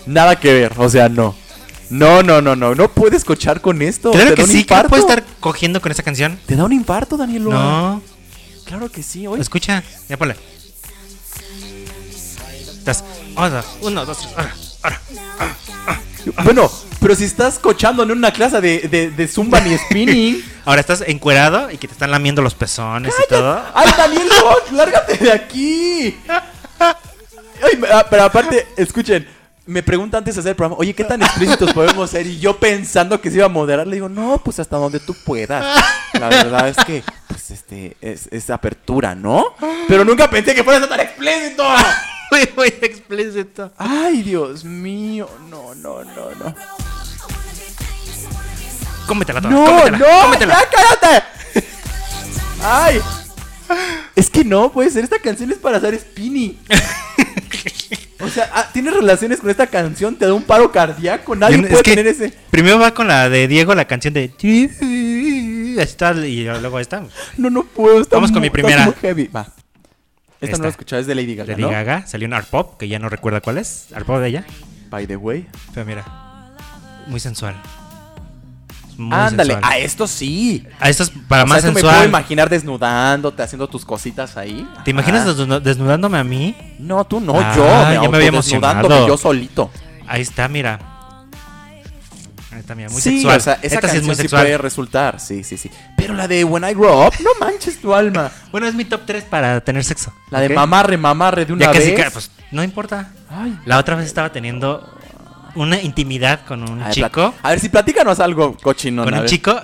S4: Nada que ver. O sea, no. No, no, no, no. No puedes cochar con esto.
S3: Claro
S4: Te
S3: que
S4: da un
S3: sí, que no
S4: infarto.
S3: puedes estar cogiendo con esa canción.
S4: Te da un infarto, Danielo.
S3: No,
S4: Claro que sí, oye.
S3: escucha, ya ponle. Estás. Ahora, uno, dos, tres, ahora, ahora.
S4: Bueno, pero si estás cochando en una clase de, de, de zumba ni spinning.
S3: Ahora estás encuerado y que te están lamiendo los pezones y todo.
S4: ¡Ay, Daniel, no! ¡Lárgate de aquí! Ay, me- ah, pero aparte, escuchen, me pregunta antes de hacer el programa, oye, ¿qué tan explícitos podemos ser? Y yo pensando que se iba a moderar, le digo, no, pues hasta donde tú puedas. La verdad es que, pues, este, es, es apertura, ¿no? Pero nunca pensé que fuera a ser tan explícito.
S3: Muy, muy explícito.
S4: Ay, Dios mío, no, no, no, no.
S3: Cómetela toda.
S4: No,
S3: cómetela,
S4: no,
S3: cómetela.
S4: ya cállate. Ay. Es que no, puede ser. Esta canción es para hacer spinny. O sea, ah, tienes relaciones con esta canción, te da un paro cardíaco. Nadie
S3: Yo no-
S4: puede tener ese.
S3: Primero va con la de Diego, la canción de. Así está, y luego esta.
S4: No, no puedo. está
S3: Vamos con
S4: muy-
S3: mi primera.
S4: está muy heavy. Va. Esta,
S3: Esta.
S4: no la escuchaba, es de Lady Gaga,
S3: Lady
S4: ¿no?
S3: Gaga, salió un art pop, que ya no recuerda cuál es. Art pop de ella.
S4: By the way.
S3: Pero mira, muy sensual. Muy
S4: Ándale,
S3: sensual.
S4: a esto sí.
S3: Ah, esto es para
S4: O
S3: más
S4: sea, esto me puedo
S3: sensual.
S4: imaginar desnudándote, haciendo tus cositas ahí.
S3: ¿Te imaginas
S4: Ajá.
S3: desnu- desnudándome a mí?
S4: No, tú no,
S3: Ah,
S4: yo. Me
S3: ya me
S4: autodesnudándome
S3: había emocionado.
S4: yo solito.
S3: Ahí está, mira. Ahí está, mira, muy
S4: sí,
S3: sexual.
S4: o sea, esa
S3: Esta sí es
S4: canción
S3: muy
S4: sí
S3: sexual.
S4: puede resultar, sí, sí, sí. Pero la de When I Grow Up, no manches tu alma.
S3: Bueno, es mi top 3 para tener sexo.
S4: La de
S3: ¿ok?
S4: mamarre, mamarre de una
S3: Ya que
S4: vez.
S3: sí que, pues, no importa.
S4: Ay.
S3: La otra vez estaba teniendo una intimidad con un
S4: A ver,
S3: chico.
S4: plati- A ver si platícanos algo cochino.
S3: Con
S4: a
S3: un
S4: ver.
S3: chico.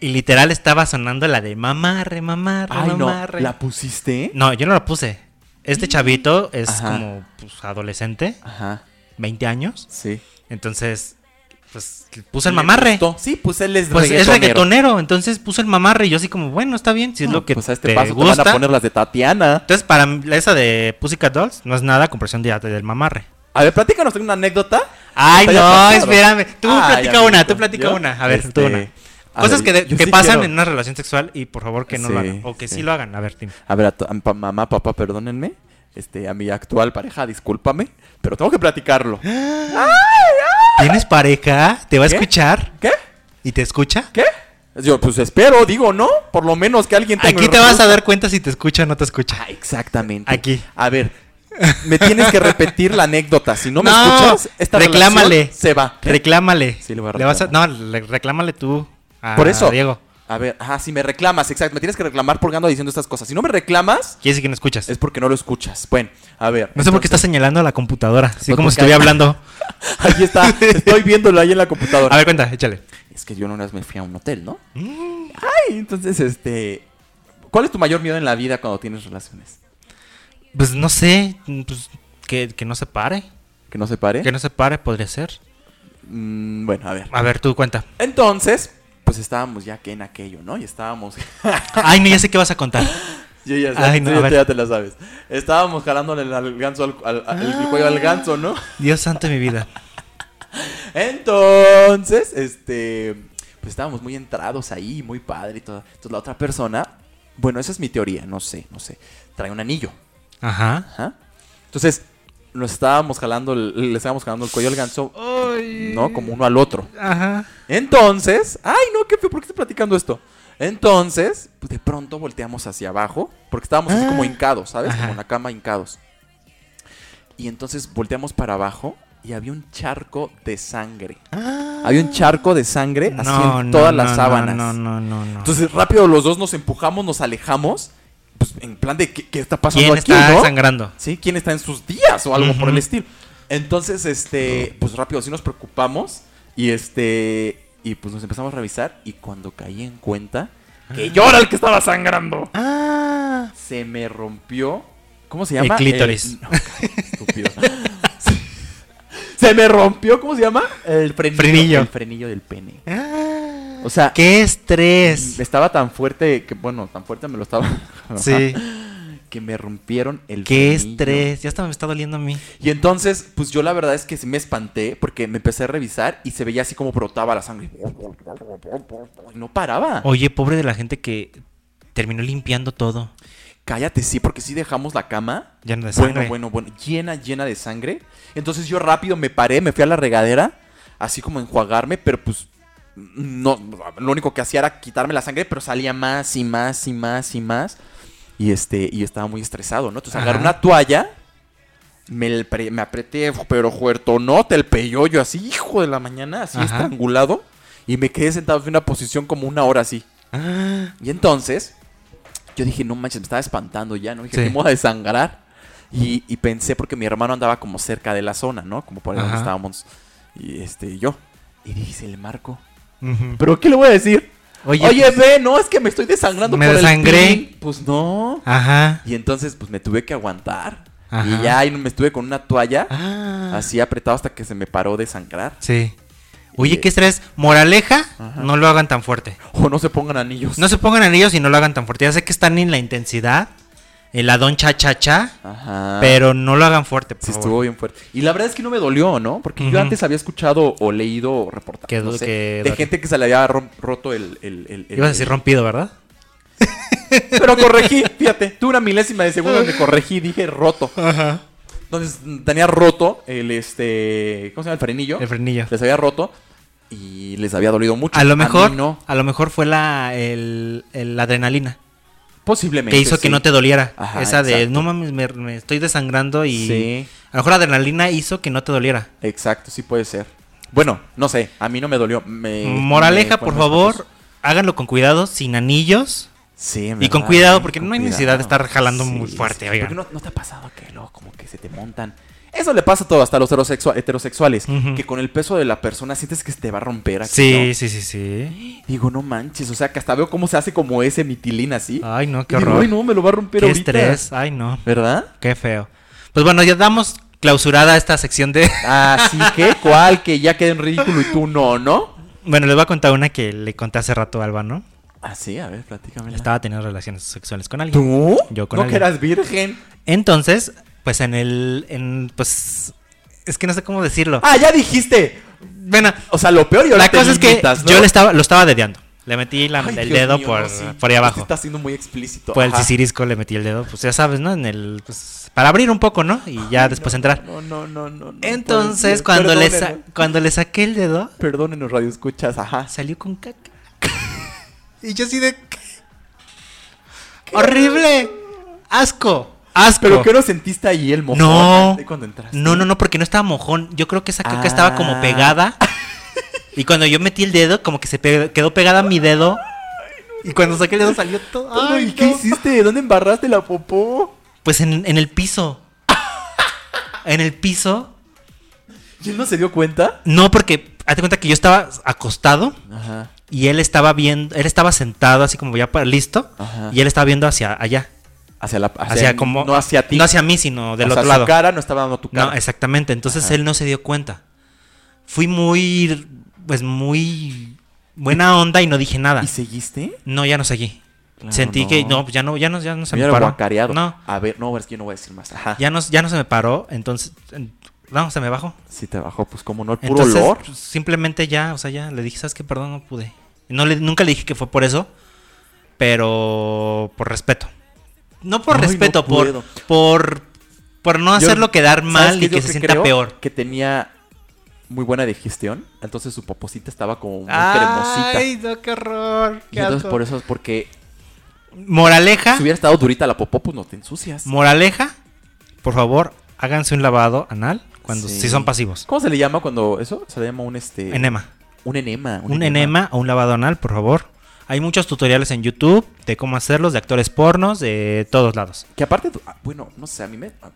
S3: Y literal estaba sonando la de mamarre, mamarre,
S4: Ay, no.
S3: mamarre.
S4: ¿La pusiste?
S3: No, yo no la puse. Este chavito es
S4: Ajá.
S3: como pues, adolescente,
S4: Ajá,
S3: 20 años.
S4: sí.
S3: Entonces, pues puso el mamarre.
S4: Gustó. Sí, pues él es
S3: Pues es
S4: reggaetonero.
S3: reggaetonero, entonces puso el mamarre y yo así como, bueno, está bien, si es lo que
S4: Pues a este
S3: te
S4: paso
S3: gusta.
S4: te van a poner las de Tatiana.
S3: Entonces para mí, esa de Pussycat Dolls no es nada a comparación de, del mamarre.
S4: A ver, platícanos ¿tengo una anécdota.
S3: Ay,
S4: Está ya
S3: no,
S4: platicado.
S3: espérame. Tú
S4: Ay,
S3: platica
S4: amiguito.
S3: una, tú platica
S4: ¿Yo?
S3: una. A ver, tú
S4: Este,
S3: una.
S4: a
S3: Cosas
S4: ver,
S3: que, de-
S4: yo
S3: que
S4: sí
S3: pasan
S4: quiero-
S3: en una relación sexual y por favor que no lo
S4: Sí,
S3: hagan. O que sí,
S4: sí.
S3: lo hagan. A ver, Tim.
S4: A ver, a, tu- a mi pa- mamá, papá, perdónenme. Este, a mi actual pareja, discúlpame, pero tengo que platicarlo.
S3: ¿Tienes pareja? ¿Te va a
S4: ¿Qué?
S3: escuchar?
S4: ¿Qué?
S3: ¿Y te escucha?
S4: ¿Qué? Yo, pues espero, digo, ¿no? Por lo menos que alguien tenga
S3: Aquí te vas a dar cuenta si te escucha o no te escucha.
S4: Ah, exactamente.
S3: Aquí.
S4: A ver, me tienes que repetir la anécdota. Si no me
S3: No,
S4: escuchas, esta
S3: reclámale.
S4: relación se va.
S3: Reclámale.
S4: Sí, le voy a
S3: vas No, le- reclámale tú a
S4: Ah, Por eso.
S3: Diego.
S4: A ver, ajá, si me reclamas, exacto. Me tienes que reclamar porque ando diciendo estas cosas. Si no me reclamas,
S3: Quiere decir que no escuchas.
S4: es porque no lo escuchas. Bueno, a ver.
S3: No sé por qué estás señalando a la computadora, así
S4: Pues
S3: como si
S4: porque-
S3: estuviera hablando.
S4: Ahí está. Estoy viéndolo ahí en la computadora.
S3: A ver, cuenta, échale.
S4: Es que yo una vez me fui a un hotel, ¿no?
S3: Mm.
S4: Ay, entonces, este. ¿Cuál es tu mayor miedo en la vida cuando tienes relaciones?
S3: Pues no sé, pues, que, que no se pare.
S4: ¿Que no se pare?
S3: Que no se pare podría ser.
S4: Mm, bueno, a ver.
S3: A ver, tú cuenta.
S4: Entonces, pues estábamos ya que en aquello, ¿no? Y estábamos.
S3: Ay, no, ya sé qué vas a contar.
S4: Yo ya,
S3: Ay, no,
S4: tú
S3: a
S4: ya-
S3: ver.
S4: tú ya te la sabes. Estábamos jalándole el, al ganso al, al- al- el cuello
S3: Ah.
S4: al ganso, ¿no?
S3: Dios santo de mi vida.
S4: Entonces, este. Pues estábamos muy entrados ahí, muy padre y todo. Entonces la otra persona. Bueno, esa es mi teoría, no sé, no sé. Trae un anillo.
S3: Ajá.
S4: Ajá. Entonces, nos estábamos jalando, el- le estábamos jalando el cuello al ganso, ¿no? Como uno al otro.
S3: Ajá.
S4: Entonces, ay, no, qué feo, ¿por qué estoy platicando esto? Entonces, pues, de pronto volteamos hacia abajo, porque estábamos así como hincados, ¿sabes?
S3: Ah. Ajá.
S4: Como en la cama hincados. Y entonces volteamos para abajo y había un charco de sangre. Había Ah, un charco de sangre así en todas las
S3: Ah. no,
S4: sábanas.
S3: No, no, no, no.
S4: Entonces, rápido los dos nos empujamos, nos alejamos, pues en plan de qué, qué está pasando
S3: ¿Quién
S4: aquí,
S3: está
S4: no?
S3: sangrando?
S4: ¿sí? ¿Quién está en sus días o algo por el
S3: Ujú.
S4: estilo? Entonces, este, pues rápido, así nos preocupamos y este, y pues nos empezamos a revisar y cuando caí en cuenta que yo era el que estaba sangrando,
S3: Ah.
S4: se me rompió, ¿cómo se llama?
S3: El clítoris.
S4: no, cabrón, estúpido. Se- se me rompió, ¿cómo se llama? El frenillo.
S3: Frenillo.
S4: El frenillo del pene. O sea,
S3: Ah, ¡Qué estrés!
S4: estaba tan fuerte que, bueno, tan fuerte me lo estaba.
S3: Sí.
S4: Que me rompieron el
S3: ¡Qué
S4: frenillo.
S3: estrés! Ya hasta me está doliendo a mí.
S4: Y entonces, pues yo la verdad es que sí me espanté porque me empecé a revisar y se veía así como brotaba la sangre. Y no paraba.
S3: Oye, pobre de la gente que terminó limpiando todo.
S4: Cállate, sí, porque sí dejamos la cama.
S3: Llena de sangre.
S4: Bueno, bueno, bueno. Llena, llena de sangre. Entonces yo rápido me paré, me fui a la regadera, así como a enjuagarme, pero pues no, lo único que hacía era quitarme la sangre, pero salía más y más y más y más. Y este, y estaba muy estresado, ¿no? Entonces agarré
S3: Ajá.
S4: una toalla, me, el pre- me apreté, pero juertonote el peyoyo, así, hijo de la mañana, así
S3: Ajá.
S4: estrangulado. Y me quedé sentado en una posición como una hora así.
S3: Ah,
S4: Y entonces, yo dije, no manches, me estaba espantando ya, ¿no? Dije,
S3: Sí.
S4: ¿qué me voy a desangrar? Y, y pensé, porque mi hermano andaba como cerca de la zona, ¿no? Como por ahí donde
S3: Ajá.
S4: estábamos. Y este, y yo. Y dije, se le marco.
S3: Ujú.
S4: ¿Pero qué le voy a decir? Oye,
S3: Oye,
S4: ve, no, es que me estoy desangrando
S3: Me
S4: por el
S3: desangré.
S4: pin". Pues no.
S3: Ajá.
S4: Y entonces, pues me tuve que aguantar.
S3: Ajá.
S4: Y ya ahí me estuve con una toalla
S3: Ah.
S4: así apretado hasta que se me paró de sangrar.
S3: Sí. Oye, qué estrés. Moraleja, no lo hagan tan fuerte.
S4: O no se pongan anillos.
S3: No se pongan anillos y no lo hagan tan fuerte. Ya sé que están en la intensidad, en la don cha cha cha,
S4: Ajá.
S3: pero no lo hagan fuerte, por
S4: Sí,
S3: favor.
S4: estuvo bien fuerte. Y la verdad es que no me dolió, ¿no? Porque yo
S3: Ah, Ujú.
S4: antes había escuchado o leído reportajes
S3: Que
S4: no
S3: du-
S4: sé,
S3: que
S4: de
S3: dolió.
S4: gente que se le había rom- roto el. el, el- el-
S3: Ibas a decir rompido, ¿verdad?
S4: Pero corregí, fíjate. Tuve una milésima de segundo donde corregí, dije roto. Entonces mm, tenía roto el este. ¿Cómo se llama? El frenillo.
S3: El frenillo.
S4: Les había roto y les había dolido mucho.
S3: A lo mejor,
S4: mí no.
S3: a lo mejor fue la el- el- la adrenalina.
S4: Posiblemente.
S3: que hizo que
S4: sí.
S3: no te doliera.
S4: Ajá,
S3: Esa de,
S4: exacto.
S3: no mames, me, me estoy desangrando y...
S4: Sí.
S3: A lo mejor la adrenalina hizo que no te doliera.
S4: Exacto, sí puede ser. Bueno, no sé, a mí no me dolió. me-
S3: Mm, Moraleja,
S4: me-
S3: por
S4: me-
S3: favor, háganlo con cuidado, sin anillos
S4: Sí, en
S3: y con
S4: verdad,
S3: cuidado,
S4: sí,
S3: porque
S4: con
S3: no hay
S4: cuidado.
S3: necesidad de estar jalando muy
S4: Sí,
S3: fuerte,
S4: sí,
S3: oigan.
S4: Porque no, no te ha pasado que luego como que se te montan. Eso le pasa a todo, hasta a los heterosexua- heterosexuales,
S3: Ujú.
S4: que con el peso de la persona sientes que se te va a romper aquí,
S3: Sí,
S4: ¿no?
S3: sí, sí, sí.
S4: Digo, no manches, o sea, que hasta veo cómo se hace como ese mitilín así.
S3: Ay, no, Ah, qué
S4: Y digo,
S3: horror.
S4: ay, no, me lo va a romper
S3: qué
S4: ahorita.
S3: estrés. Ay, no.
S4: ¿Verdad?
S3: Qué feo. Pues bueno, ya damos clausurada esta sección de...
S4: Así que, ¿cuál? Que ya queda en ridículo y tú no, ¿no?
S3: Bueno, les voy a contar una que le conté hace rato a Alba, ¿no?
S4: Ah, sí, a ver, platícame.
S3: Estaba teniendo relaciones sexuales con alguien.
S4: ¿Tú?
S3: Yo con
S4: ¿No que
S3: alguien.
S4: eras virgen?
S3: Entonces, pues en el... En, pues... Es que no sé cómo decirlo.
S4: Ah, ya dijiste.
S3: Bueno,
S4: O sea, lo peor y ahora
S3: la
S4: te
S3: cosa es que
S4: limitas, ¿no?
S3: yo le estaba, lo estaba dedeando. Le metí la-
S4: Ay,
S3: el
S4: Dios
S3: dedo
S4: mío,
S3: por,
S4: no, sí.
S3: por ahí
S4: Este
S3: abajo.
S4: está siendo muy explícito.
S3: Por el
S4: Ajá.
S3: sisirisco le metí el dedo, pues ya sabes, ¿no? En el, pues, para abrir un poco, ¿no? Y ya después entrar.
S4: No, no, no, no. no
S3: Entonces,
S4: puede ser.
S3: cuando le, sa-
S4: Perdónenos.
S3: cuando le saqué el dedo,
S4: Perdónenos, radio escuchas. Ajá.
S3: salió con caca. y yo así de... ¡Horrible! ¡Asco! ¡Asco!
S4: ¿Pero qué no sentiste ahí el mojón?
S3: No.
S4: de Cuando entraste.
S3: No, no, no, porque no estaba mojón. Yo creo que esa caca estaba como
S4: Ah.
S3: pegada. Y cuando yo metí el dedo, como que se pe- quedó pegada a mi dedo. Y cuando saqué el dedo salió todo.
S4: Ay,
S3: Ay,
S4: ¿Y qué
S3: no.
S4: hiciste? ¿Dónde embarraste la popó?
S3: Pues en, en el piso. En el piso.
S4: ¿Y él no se dio cuenta?
S3: No, porque hazte cuenta que yo estaba acostado
S4: Ajá.
S3: y él estaba viendo, él estaba sentado así como ya para- listo.
S4: Ajá.
S3: Y él estaba viendo hacia allá.
S4: Hacia la.
S3: Hacia, como.
S4: No hacia ti.
S3: No hacia mí, sino del
S4: O sea,
S3: otro lado.
S4: Su cara no estaba dando tu cara.
S3: No, exactamente. Entonces él no se dio cuenta. Fui muy, pues muy buena onda y no dije nada.
S4: ¿Y seguiste?
S3: No, ya no seguí.
S4: Claro,
S3: Sentí que
S4: no.
S3: no, pues, ya no, ya no, ya no se
S4: Me
S3: me
S4: hubiera
S3: paró.
S4: guacareado.
S3: No,
S4: A ver, no, es que yo no voy a decir más. Ajá.
S3: ya no, ya no se me paró. Entonces, en- no, se me bajó.
S4: Si te bajó, pues como no, el puro
S3: Entonces,
S4: olor.
S3: pues, simplemente ya, o sea, ya le dije, ¿sabes qué? Perdón, no pude. No le, nunca le dije que fue por eso, pero por respeto. No por
S4: Ay, no
S3: respeto,
S4: puedo.
S3: por, por, por no
S4: Yo-
S3: hacerlo quedar
S4: ¿Sabes
S3: mal
S4: qué?
S3: y
S4: Yo
S3: que se
S4: que
S3: sienta
S4: creo
S3: peor.
S4: Que tenía muy buena digestión, entonces su poposita estaba como muy cremosita.
S3: Ay, no, qué horror.
S4: Y entonces por eso es porque
S3: Moraleja,
S4: si hubiera estado durita la popó, pues no te ensucias.
S3: moraleja, por favor, háganse un lavado anal cuando
S4: Sí.
S3: si son pasivos.
S4: ¿Cómo se le llama cuando eso? Se le llama un este
S3: Enema.
S4: un enema,
S3: Un enema o un lavado anal, por favor. Hay muchos tutoriales en YouTube de cómo hacerlos, de actores pornos, de todos lados.
S4: que aparte du- ah, bueno, no sé, a mí me ah,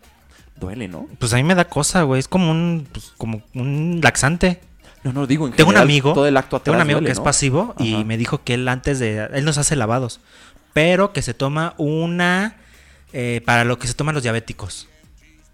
S4: duele, ¿no?
S3: Pues a mí me da cosa, güey. Es como un, pues, como un laxante.
S4: No, no digo en
S3: Tengo un
S4: general,
S3: amigo.
S4: todo el acto atrás
S3: tengo un amigo
S4: duele,
S3: que es
S4: ¿no?
S3: pasivo
S4: Ajá.
S3: y me dijo que él antes de. Él nos hace lavados. Pero que se toma una. eh, para lo que se toman los diabéticos.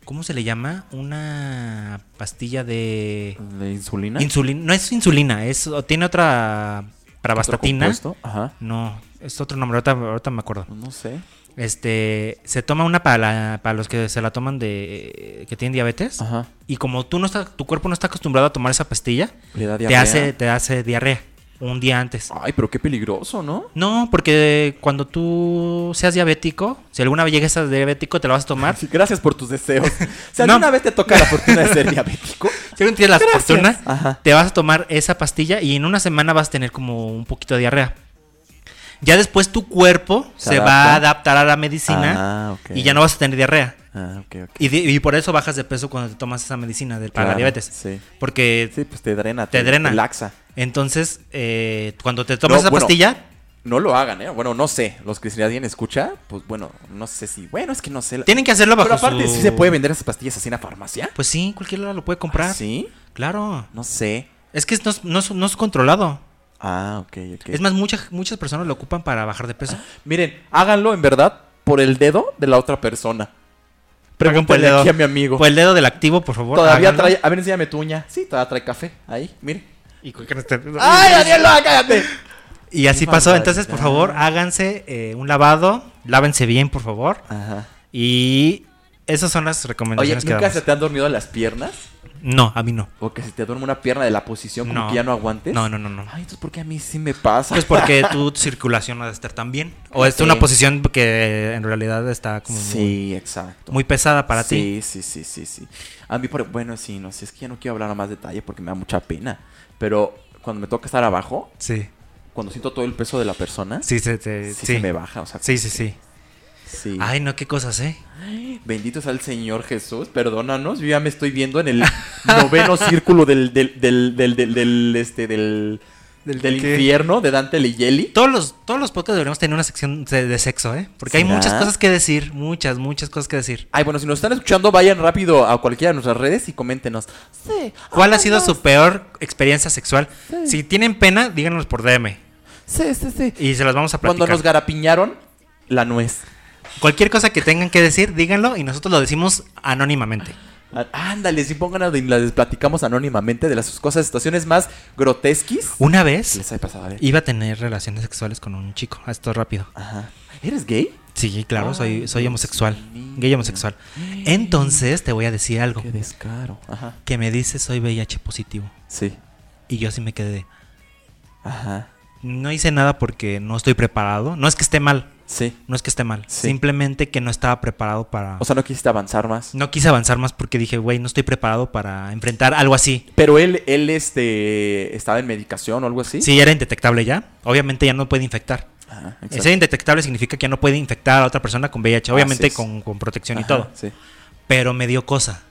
S3: ¿Cómo se le llama? Una pastilla de.
S4: de insulina.
S3: Insulina. No es insulina, es. o Tiene otra.
S4: ¿Otro
S3: Pravastatina.
S4: compuesto? Ajá.
S3: No, es otro nombre, ahorita, ahorita me acuerdo.
S4: No sé.
S3: Este, se toma una para, la- para los que se la toman de que tienen diabetes
S4: Ajá.
S3: y como tú no está, tu cuerpo no está acostumbrado a tomar esa pastilla,
S4: Le da
S3: te
S4: diarrea.
S3: hace te hace diarrea un día antes.
S4: Ay, pero qué peligroso, ¿no?
S3: No, porque cuando tú seas diabético, si alguna vez llegas a ser diabético, te la vas a tomar.
S4: Sí, gracias por tus deseos. Si
S3: No.
S4: alguna vez te toca la fortuna de ser diabético,
S3: Si no tienes la fortuna,
S4: Ajá.
S3: te vas a tomar esa pastilla y en una semana vas a tener como un poquito de diarrea. Ya después tu cuerpo
S4: Se
S3: se, va
S4: adapta.
S3: a adaptar a la medicina
S4: Ah, ok.
S3: y ya no vas a tener diarrea.
S4: Ah, ok, ok.
S3: Y, de- y por eso bajas de peso cuando te tomas esa medicina de- para la
S4: Claro,
S3: diabetes.
S4: Sí.
S3: Porque
S4: Sí, pues te drena.
S3: Te drena.
S4: laxa.
S3: entonces, eh, cuando te tomas
S4: No,
S3: esa
S4: bueno.
S3: pastilla,
S4: No lo hagan, ¿eh? Bueno, no sé. Los que si alguien escucha, pues bueno, no sé si. Bueno, es que no sé.
S3: tienen que hacerlo bajo
S4: Pero aparte,
S3: su-
S4: ¿sí se puede vender esas pastillas así en la farmacia?
S3: Pues sí, cualquiera lo puede comprar.
S4: Ah, ¿Sí?
S3: Claro.
S4: No sé.
S3: Es que no es, no es- no es controlado.
S4: Ah, ok, ok. Ah,
S3: Es más, muchas muchas personas lo ocupan para bajar de peso.
S4: Miren, háganlo en verdad por el dedo de la otra persona.
S3: Hagan por el
S4: Pregúntale
S3: dedo.
S4: aquí a mi amigo.
S3: Por el dedo del activo, por favor.
S4: Todavía
S3: háganlo.
S4: trae. A ver, enséñame tu uña. Sí, todavía trae café. Ahí, mire.
S3: Y, cualquiera está-
S4: ¡Ay, Daniela, cállate!
S3: Y así
S4: Qué
S3: pasó. Entonces, por
S4: barbaridad.
S3: favor, háganse eh, un lavado. Lávense bien, por favor.
S4: Ajá.
S3: Y esas son las
S4: Oye,
S3: recomendaciones que
S4: ¿nunca
S3: damos.
S4: se te han dormido las piernas?
S3: No, a mí no.
S4: ¿O que se te duerme una pierna de la posición como
S3: No.
S4: que ya no aguantes?
S3: No, no, no, no.
S4: Ay, entonces, ¿por qué a mí sí me pasa?
S3: Pues porque tu circulación no ha de estar tan bien. O es
S4: Sí.
S3: una posición que en realidad está como muy-
S4: Sí, exacto.
S3: muy, pesada para ti.
S4: Sí, sí, sí, sí, sí. A mí, por- bueno, sí, no sé, es que ya no quiero hablar a más detalle porque me da mucha pena. Pero cuando me toca estar abajo,
S3: Sí.
S4: cuando siento todo el peso de la persona,
S3: Sí, se te-
S4: sí
S3: sí.
S4: se me baja, o sea.
S3: Sí, sí, sí.
S4: Sí.
S3: Ay, no, qué cosas, ¿eh?
S4: Bendito sea el Señor Jesús, perdónanos, yo ya me estoy viendo en el noveno círculo del, del, del, del, del, del, este, del,
S3: ¿Del
S4: del
S3: qué?
S4: infierno de Dante Ligeli.
S3: Todos los, todos los podcasts deberíamos tener una sección de, de sexo, ¿eh? Porque hay
S4: ¿Será?
S3: muchas cosas que decir, muchas, muchas cosas que decir.
S4: Ay, bueno, si nos están escuchando, vayan rápido a cualquiera de nuestras redes y coméntenos. Sí.
S3: ¿Cuál
S4: ay,
S3: ha sido
S4: no,
S3: su peor experiencia sexual? Si tienen pena, díganos por DM
S4: Sí, sí, sí.
S3: y se las vamos a
S4: Cuando
S3: platicar.
S4: nos garapiñaron la nuez.
S3: Cualquier cosa que tengan que decir, díganlo y nosotros lo decimos anónimamente. Ah.
S4: Á- Ándale, sí, pónganos y las platicamos anónimamente de las sus cosas, situaciones más grotesquis.
S3: Una
S4: ¿Qué
S3: vez
S4: les ha ¿eh? pasado? A ver.
S3: iba a tener relaciones sexuales con un chico. Ah, Esto es rápido.
S4: Ajá. ¿Eres gay?
S3: Sí, claro, soy, soy homosexual.
S4: mío.
S3: Gay homosexual. Entonces te voy a decir algo.
S4: Qué descaro. Ajá.
S3: Que me dice soy VIH positivo.
S4: Sí.
S3: Y yo sí me quedé. de,
S4: Ajá.
S3: No hice nada porque no estoy preparado. No es que esté mal.
S4: Sí.
S3: No es que esté mal.
S4: Sí.
S3: Simplemente que no estaba preparado para...
S4: O sea, no quisiste avanzar más.
S3: no quise avanzar más porque dije, güey, no estoy preparado para enfrentar algo así.
S4: Pero él, él, este, estaba en medicación o algo así.
S3: Sí, era indetectable ya. Obviamente ya no puede infectar.
S4: Ajá, exacto.
S3: Ser indetectable significa que ya no puede infectar a otra persona con
S4: Así
S3: VIH. Obviamente
S4: es.
S3: con, con protección y
S4: Ajá,
S3: todo.
S4: Sí. Ah.
S3: Pero me dio cosa.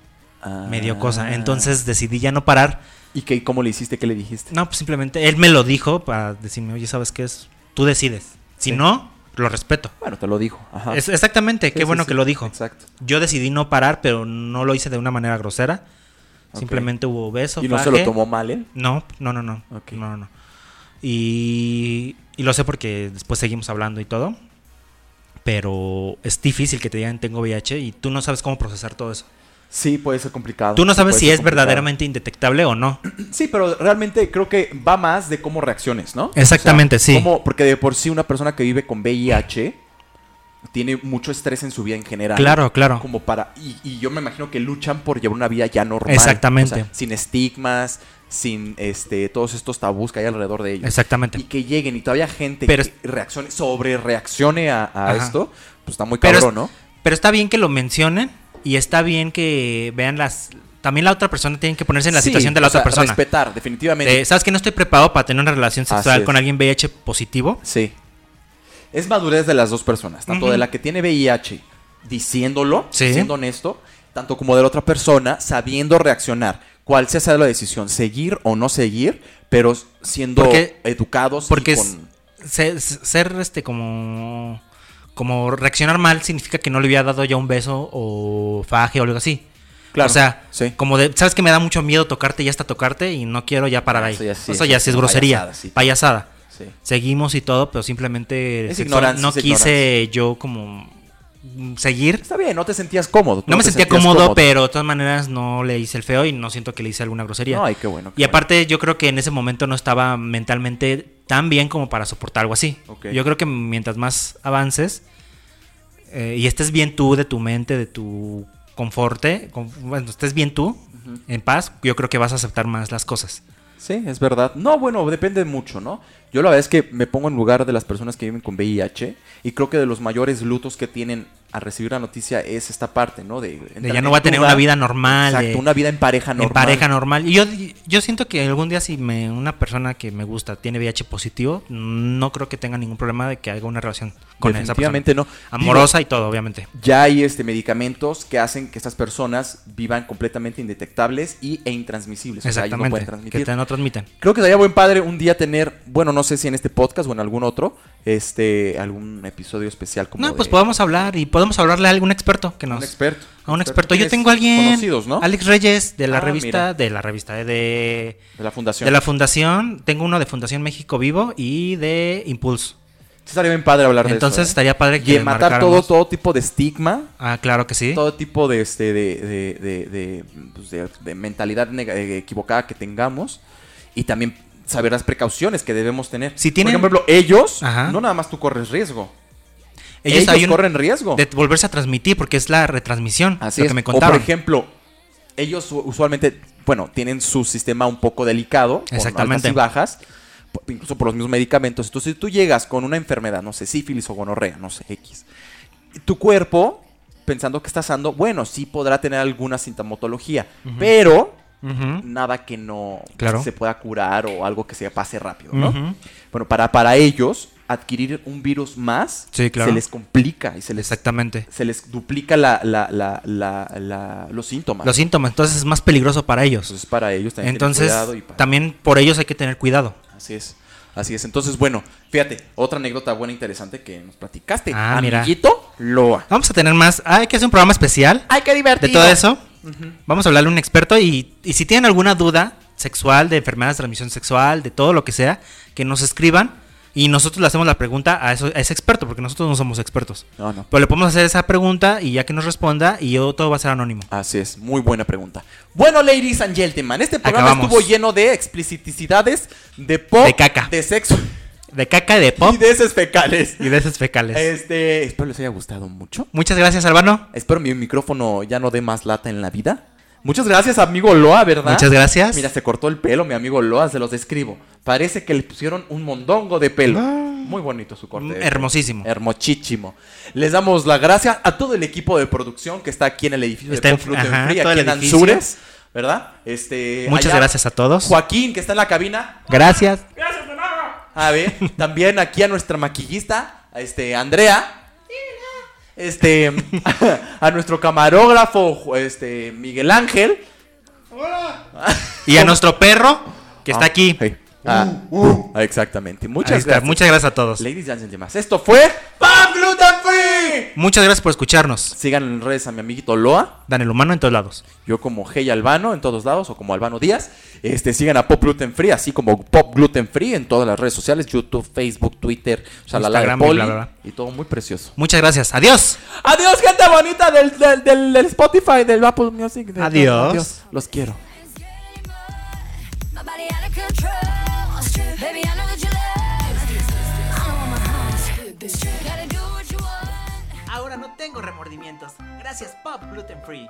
S3: Me dio cosa. Entonces decidí ya no parar.
S4: ¿Y qué, cómo le hiciste? ¿Qué le dijiste?
S3: No, pues simplemente él me lo dijo para decirme, oye, ¿sabes qué es? Tú decides. Si
S4: Sí.
S3: no, lo respeto.
S4: Bueno, te lo dijo. Ajá.
S3: Es- exactamente,
S4: Sí,
S3: qué
S4: sí,
S3: bueno
S4: sí,
S3: que lo dijo.
S4: Exacto.
S3: Yo decidí no parar, pero no lo hice de una manera grosera. Simplemente hubo beso.
S4: ¿Y no se lo
S3: faje.
S4: tomó mal ¿eh? él?
S3: No, no, no, no.
S4: Ok.
S3: No, no, no. Y, y lo sé porque después seguimos hablando y todo. Pero es difícil que te digan tengo VIH y tú no sabes cómo procesar todo eso.
S4: Sí, puede ser complicado.
S3: Tú no
S4: Sí,
S3: sabes
S4: puede
S3: si
S4: ser
S3: es
S4: Ah, pues complicado.
S3: verdaderamente indetectable o no.
S4: Sí, pero realmente creo que va más de cómo reacciones, ¿no?
S3: Exactamente, sí.
S4: Cómo- porque de por sí una persona que vive con VIH tiene mucho estrés en su vida en general.
S3: Claro, claro.
S4: Como para. Y, y yo me imagino que luchan por llevar una vida ya normal.
S3: Exactamente.
S4: O sea, sin estigmas, sin este todos estos tabús que hay alrededor de ellos.
S3: Exactamente.
S4: Y que lleguen y todavía gente
S3: Pero
S4: que reaccione, sobre reaccione a, a
S3: Ajá.
S4: esto, pues está muy
S3: Pero
S4: cabrón,
S3: es-
S4: ¿no?
S3: Pero está bien que lo mencionen y está bien que vean las... También la otra persona tiene que ponerse en la
S4: Sí,
S3: situación de
S4: o
S3: la otra
S4: sea,
S3: persona.
S4: Respetar, definitivamente.
S3: Eh, ¿Sabes que no estoy preparado para tener una relación
S4: Así
S3: sexual
S4: es.
S3: con alguien VIH positivo?
S4: Sí. Es madurez de las dos personas, tanto
S3: Ujú.
S4: de la que tiene VIH diciéndolo,
S3: Sí.
S4: siendo honesto, tanto como de la otra persona sabiendo reaccionar. ¿Cuál sea esa la decisión? ¿Seguir o no seguir? Pero s- siendo
S3: Porque-
S4: educados. y
S3: Porque es-
S4: con-
S3: se- se- ser este como como reaccionar mal significa que no le había dado ya un beso o faje o algo así.
S4: Claro,
S3: o sea,
S4: sí.
S3: como de, sabes que me da mucho miedo tocarte y hasta tocarte y no quiero ya parar ahí.
S4: Ah, Eso
S3: Eso
S4: ya
S3: ya
S4: sí,
S3: sí,
S4: eso es
S3: es
S4: una
S3: grosería,
S4: payasada,
S3: payasada.
S4: sí. Sí.
S3: Seguimos y todo, pero simplemente
S4: Es
S3: sexual-
S4: ignorancia,
S3: no
S4: es
S3: quise yo como mm, seguir.
S4: Está bien, no te sentías cómodo. tú
S3: No me
S4: te
S3: sentía
S4: sentías
S3: cómodo, pero de todas maneras no le hice el feo y no siento que le hice alguna grosería.
S4: No, ay, qué bueno. qué
S3: Y
S4: bueno.
S3: aparte yo creo que en ese momento no estaba mentalmente tan bien como para soportar algo así.
S4: Ok.
S3: Yo creo que mientras más avances eh, y estés bien tú de tu mente, de tu conforte, con- bueno, estés bien tú, en paz, yo creo que vas a aceptar más las cosas.
S4: Sí, es verdad. No, bueno, depende mucho, ¿no? Yo la verdad es que me pongo en lugar de las personas que viven con VIH y creo que de los mayores lutos que tienen al recibir la noticia es esta parte, ¿no? De,
S3: De ya no va a tener una vida normal.
S4: Exacto,
S3: de-
S4: una vida en pareja
S3: en
S4: normal.
S3: pareja normal. Y yo, yo siento que algún día si me, una persona que me gusta tiene VIH positivo, no creo que tenga ningún problema de que haga una relación con esa persona.
S4: Definitivamente no.
S3: Amorosa y todo, obviamente.
S4: Digo, ya hay este, medicamentos que hacen que estas personas vivan completamente indetectables y, e intransmisibles. O sea, ellos no
S3: Exactamente.
S4: pueden
S3: que
S4: transmitir.
S3: te no transmiten.
S4: Creo que sería buen padre un día tener, bueno, no sé si en este podcast o en algún otro, este, algún episodio especial como
S3: No,
S4: de
S3: pues podemos hablar y podemos hablarle a algún experto que nos.
S4: un experto.
S3: a un experto. Yo
S4: Tienes
S3: tengo a alguien.
S4: Conocidos, ¿no?
S3: Alex Reyes de la
S4: Ah,
S3: revista.
S4: mira.
S3: De la revista eh, de.
S4: De la fundación.
S3: De la Fundación. Tengo uno de Fundación México Vivo y de Impulso.
S4: Sí, estaría bien padre hablar de
S3: Entonces
S4: eso. ¿eh?
S3: estaría padre que.
S4: Y en matar todo,
S3: marcáramos-
S4: todo tipo de estigma,
S3: Ah, claro que sí.
S4: todo tipo de, este, de, de, de- de, pues, de- de mentalidad nega- eh, equivocada que tengamos y también saber las precauciones que debemos tener.
S3: Si tienen-
S4: Por ejemplo, ellos,
S3: Ajá.
S4: no nada más tú corres riesgo. Ellos,
S3: Ellos, hay un-
S4: corren riesgo.
S3: De volverse a transmitir porque es la retransmisión.
S4: Así
S3: lo
S4: es.
S3: que me
S4: o por
S3: contaron.
S4: ejemplo, ellos u- usualmente, bueno, tienen su sistema un poco delicado, con
S3: Exactamente.
S4: altas y bajas, po- incluso por los mismos medicamentos. Entonces, si tú llegas con una enfermedad, no sé, sífilis o gonorrea, no sé, X, tu cuerpo, pensando que está sano, bueno, sí podrá tener alguna sintomatología, pero
S3: Ujú,
S4: nada que no
S3: Claro.
S4: se pueda curar o algo que se pase rápido, ¿no?
S3: ujú.
S4: Bueno, para, para ellos, adquirir un virus más,
S3: Sí, claro.
S4: se les complica y se les,
S3: Exactamente.
S4: se les duplica la, la- la- la- la- los síntomas.
S3: Los síntomas, entonces es más peligroso para ellos.
S4: Entonces, para ellos también tener
S3: Entonces,
S4: Pues, cuidado y para-
S3: también por ellos hay que tener cuidado.
S4: Así es. Así es. Entonces, bueno, fíjate, otra anécdota buena e interesante que nos platicaste.
S3: Ah, mira.
S4: Amiguito Loa.
S3: Vamos a tener más. Ah, hay que hacer un programa especial
S4: Ay, qué
S3: de
S4: divertido.
S3: todo eso. Vamos a hablarle a un experto y, y si tienen alguna duda sexual, de enfermedades de transmisión sexual, de todo lo que sea, que nos escriban y nosotros le hacemos la pregunta a, eso- a ese experto, porque nosotros no somos expertos.
S4: No, no.
S3: Pero le podemos hacer esa pregunta y ya que nos responda y yo- todo va a ser anónimo.
S4: Así es, muy buena pregunta. Bueno, ladies and gentlemen, este programa
S3: Acabamos.
S4: estuvo lleno de expliciticidades, de pop,
S3: De caca.
S4: de sexo
S3: De caca, de pop
S4: y de heces fecales.
S3: y de esos fecales.
S4: Este, espero les haya gustado mucho.
S3: Muchas gracias, Albano.
S4: Espero mi micrófono ya no dé más lata en la vida. Muchas gracias, amigo Loa, ¿verdad?
S3: Muchas gracias.
S4: Mira, se cortó el pelo, mi amigo Loa, se los describo. Parece que le pusieron un mondongo de pelo. Muy bonito su corte. de pelo.
S3: Ah. Hermosísimo.
S4: Hermochísimo. Les damos la gracia a todo el equipo de producción que está aquí en el edificio
S3: Está
S4: de
S3: en-
S4: Pop Gluten
S3: ajá,
S4: Free,
S3: todo
S4: aquí
S3: el
S4: en
S3: edificio.
S4: Anzures, ¿verdad? Este,
S3: Muchas
S4: allá,
S3: gracias a todos.
S4: Joaquín, que está en la cabina.
S3: Gracias.
S4: A ver, Ah, también aquí a nuestra maquillista, a este, Andrea. Este, a nuestro camarógrafo, este, Miguel Ángel.
S3: Y a nuestro perro que está aquí.
S4: Hey. Ah, Exactamente.
S3: Ahí
S4: Muchas
S3: está.
S4: gracias.
S3: Muchas gracias a todos.
S4: Ladies and gentlemen, esto fue Pop Gluten Free.
S3: Muchas gracias por escucharnos.
S4: Sigan en redes a mi amiguito Loa.
S3: Dan el humano en todos lados.
S4: Yo como Hey Albano en todos lados o como Albano Díaz. Este, sigan a Pop Gluten Free, así como Pop Gluten Free en todas las redes sociales, YouTube, Facebook, Twitter, shalala,
S3: Instagram
S4: poli,
S3: y bla, bla, bla.
S4: y todo muy precioso.
S3: Muchas gracias. Adiós.
S4: Adiós, gente bonita del, del, del- del Spotify, del Apple Music. de-
S3: Adiós.
S4: Los quiero.
S7: It's game on. My body out of control. Baby, I know that you love. I know I'm a hot. Gotta do what you want.
S8: Ahora no tengo remordimientos. Gracias Pop Gluten Free.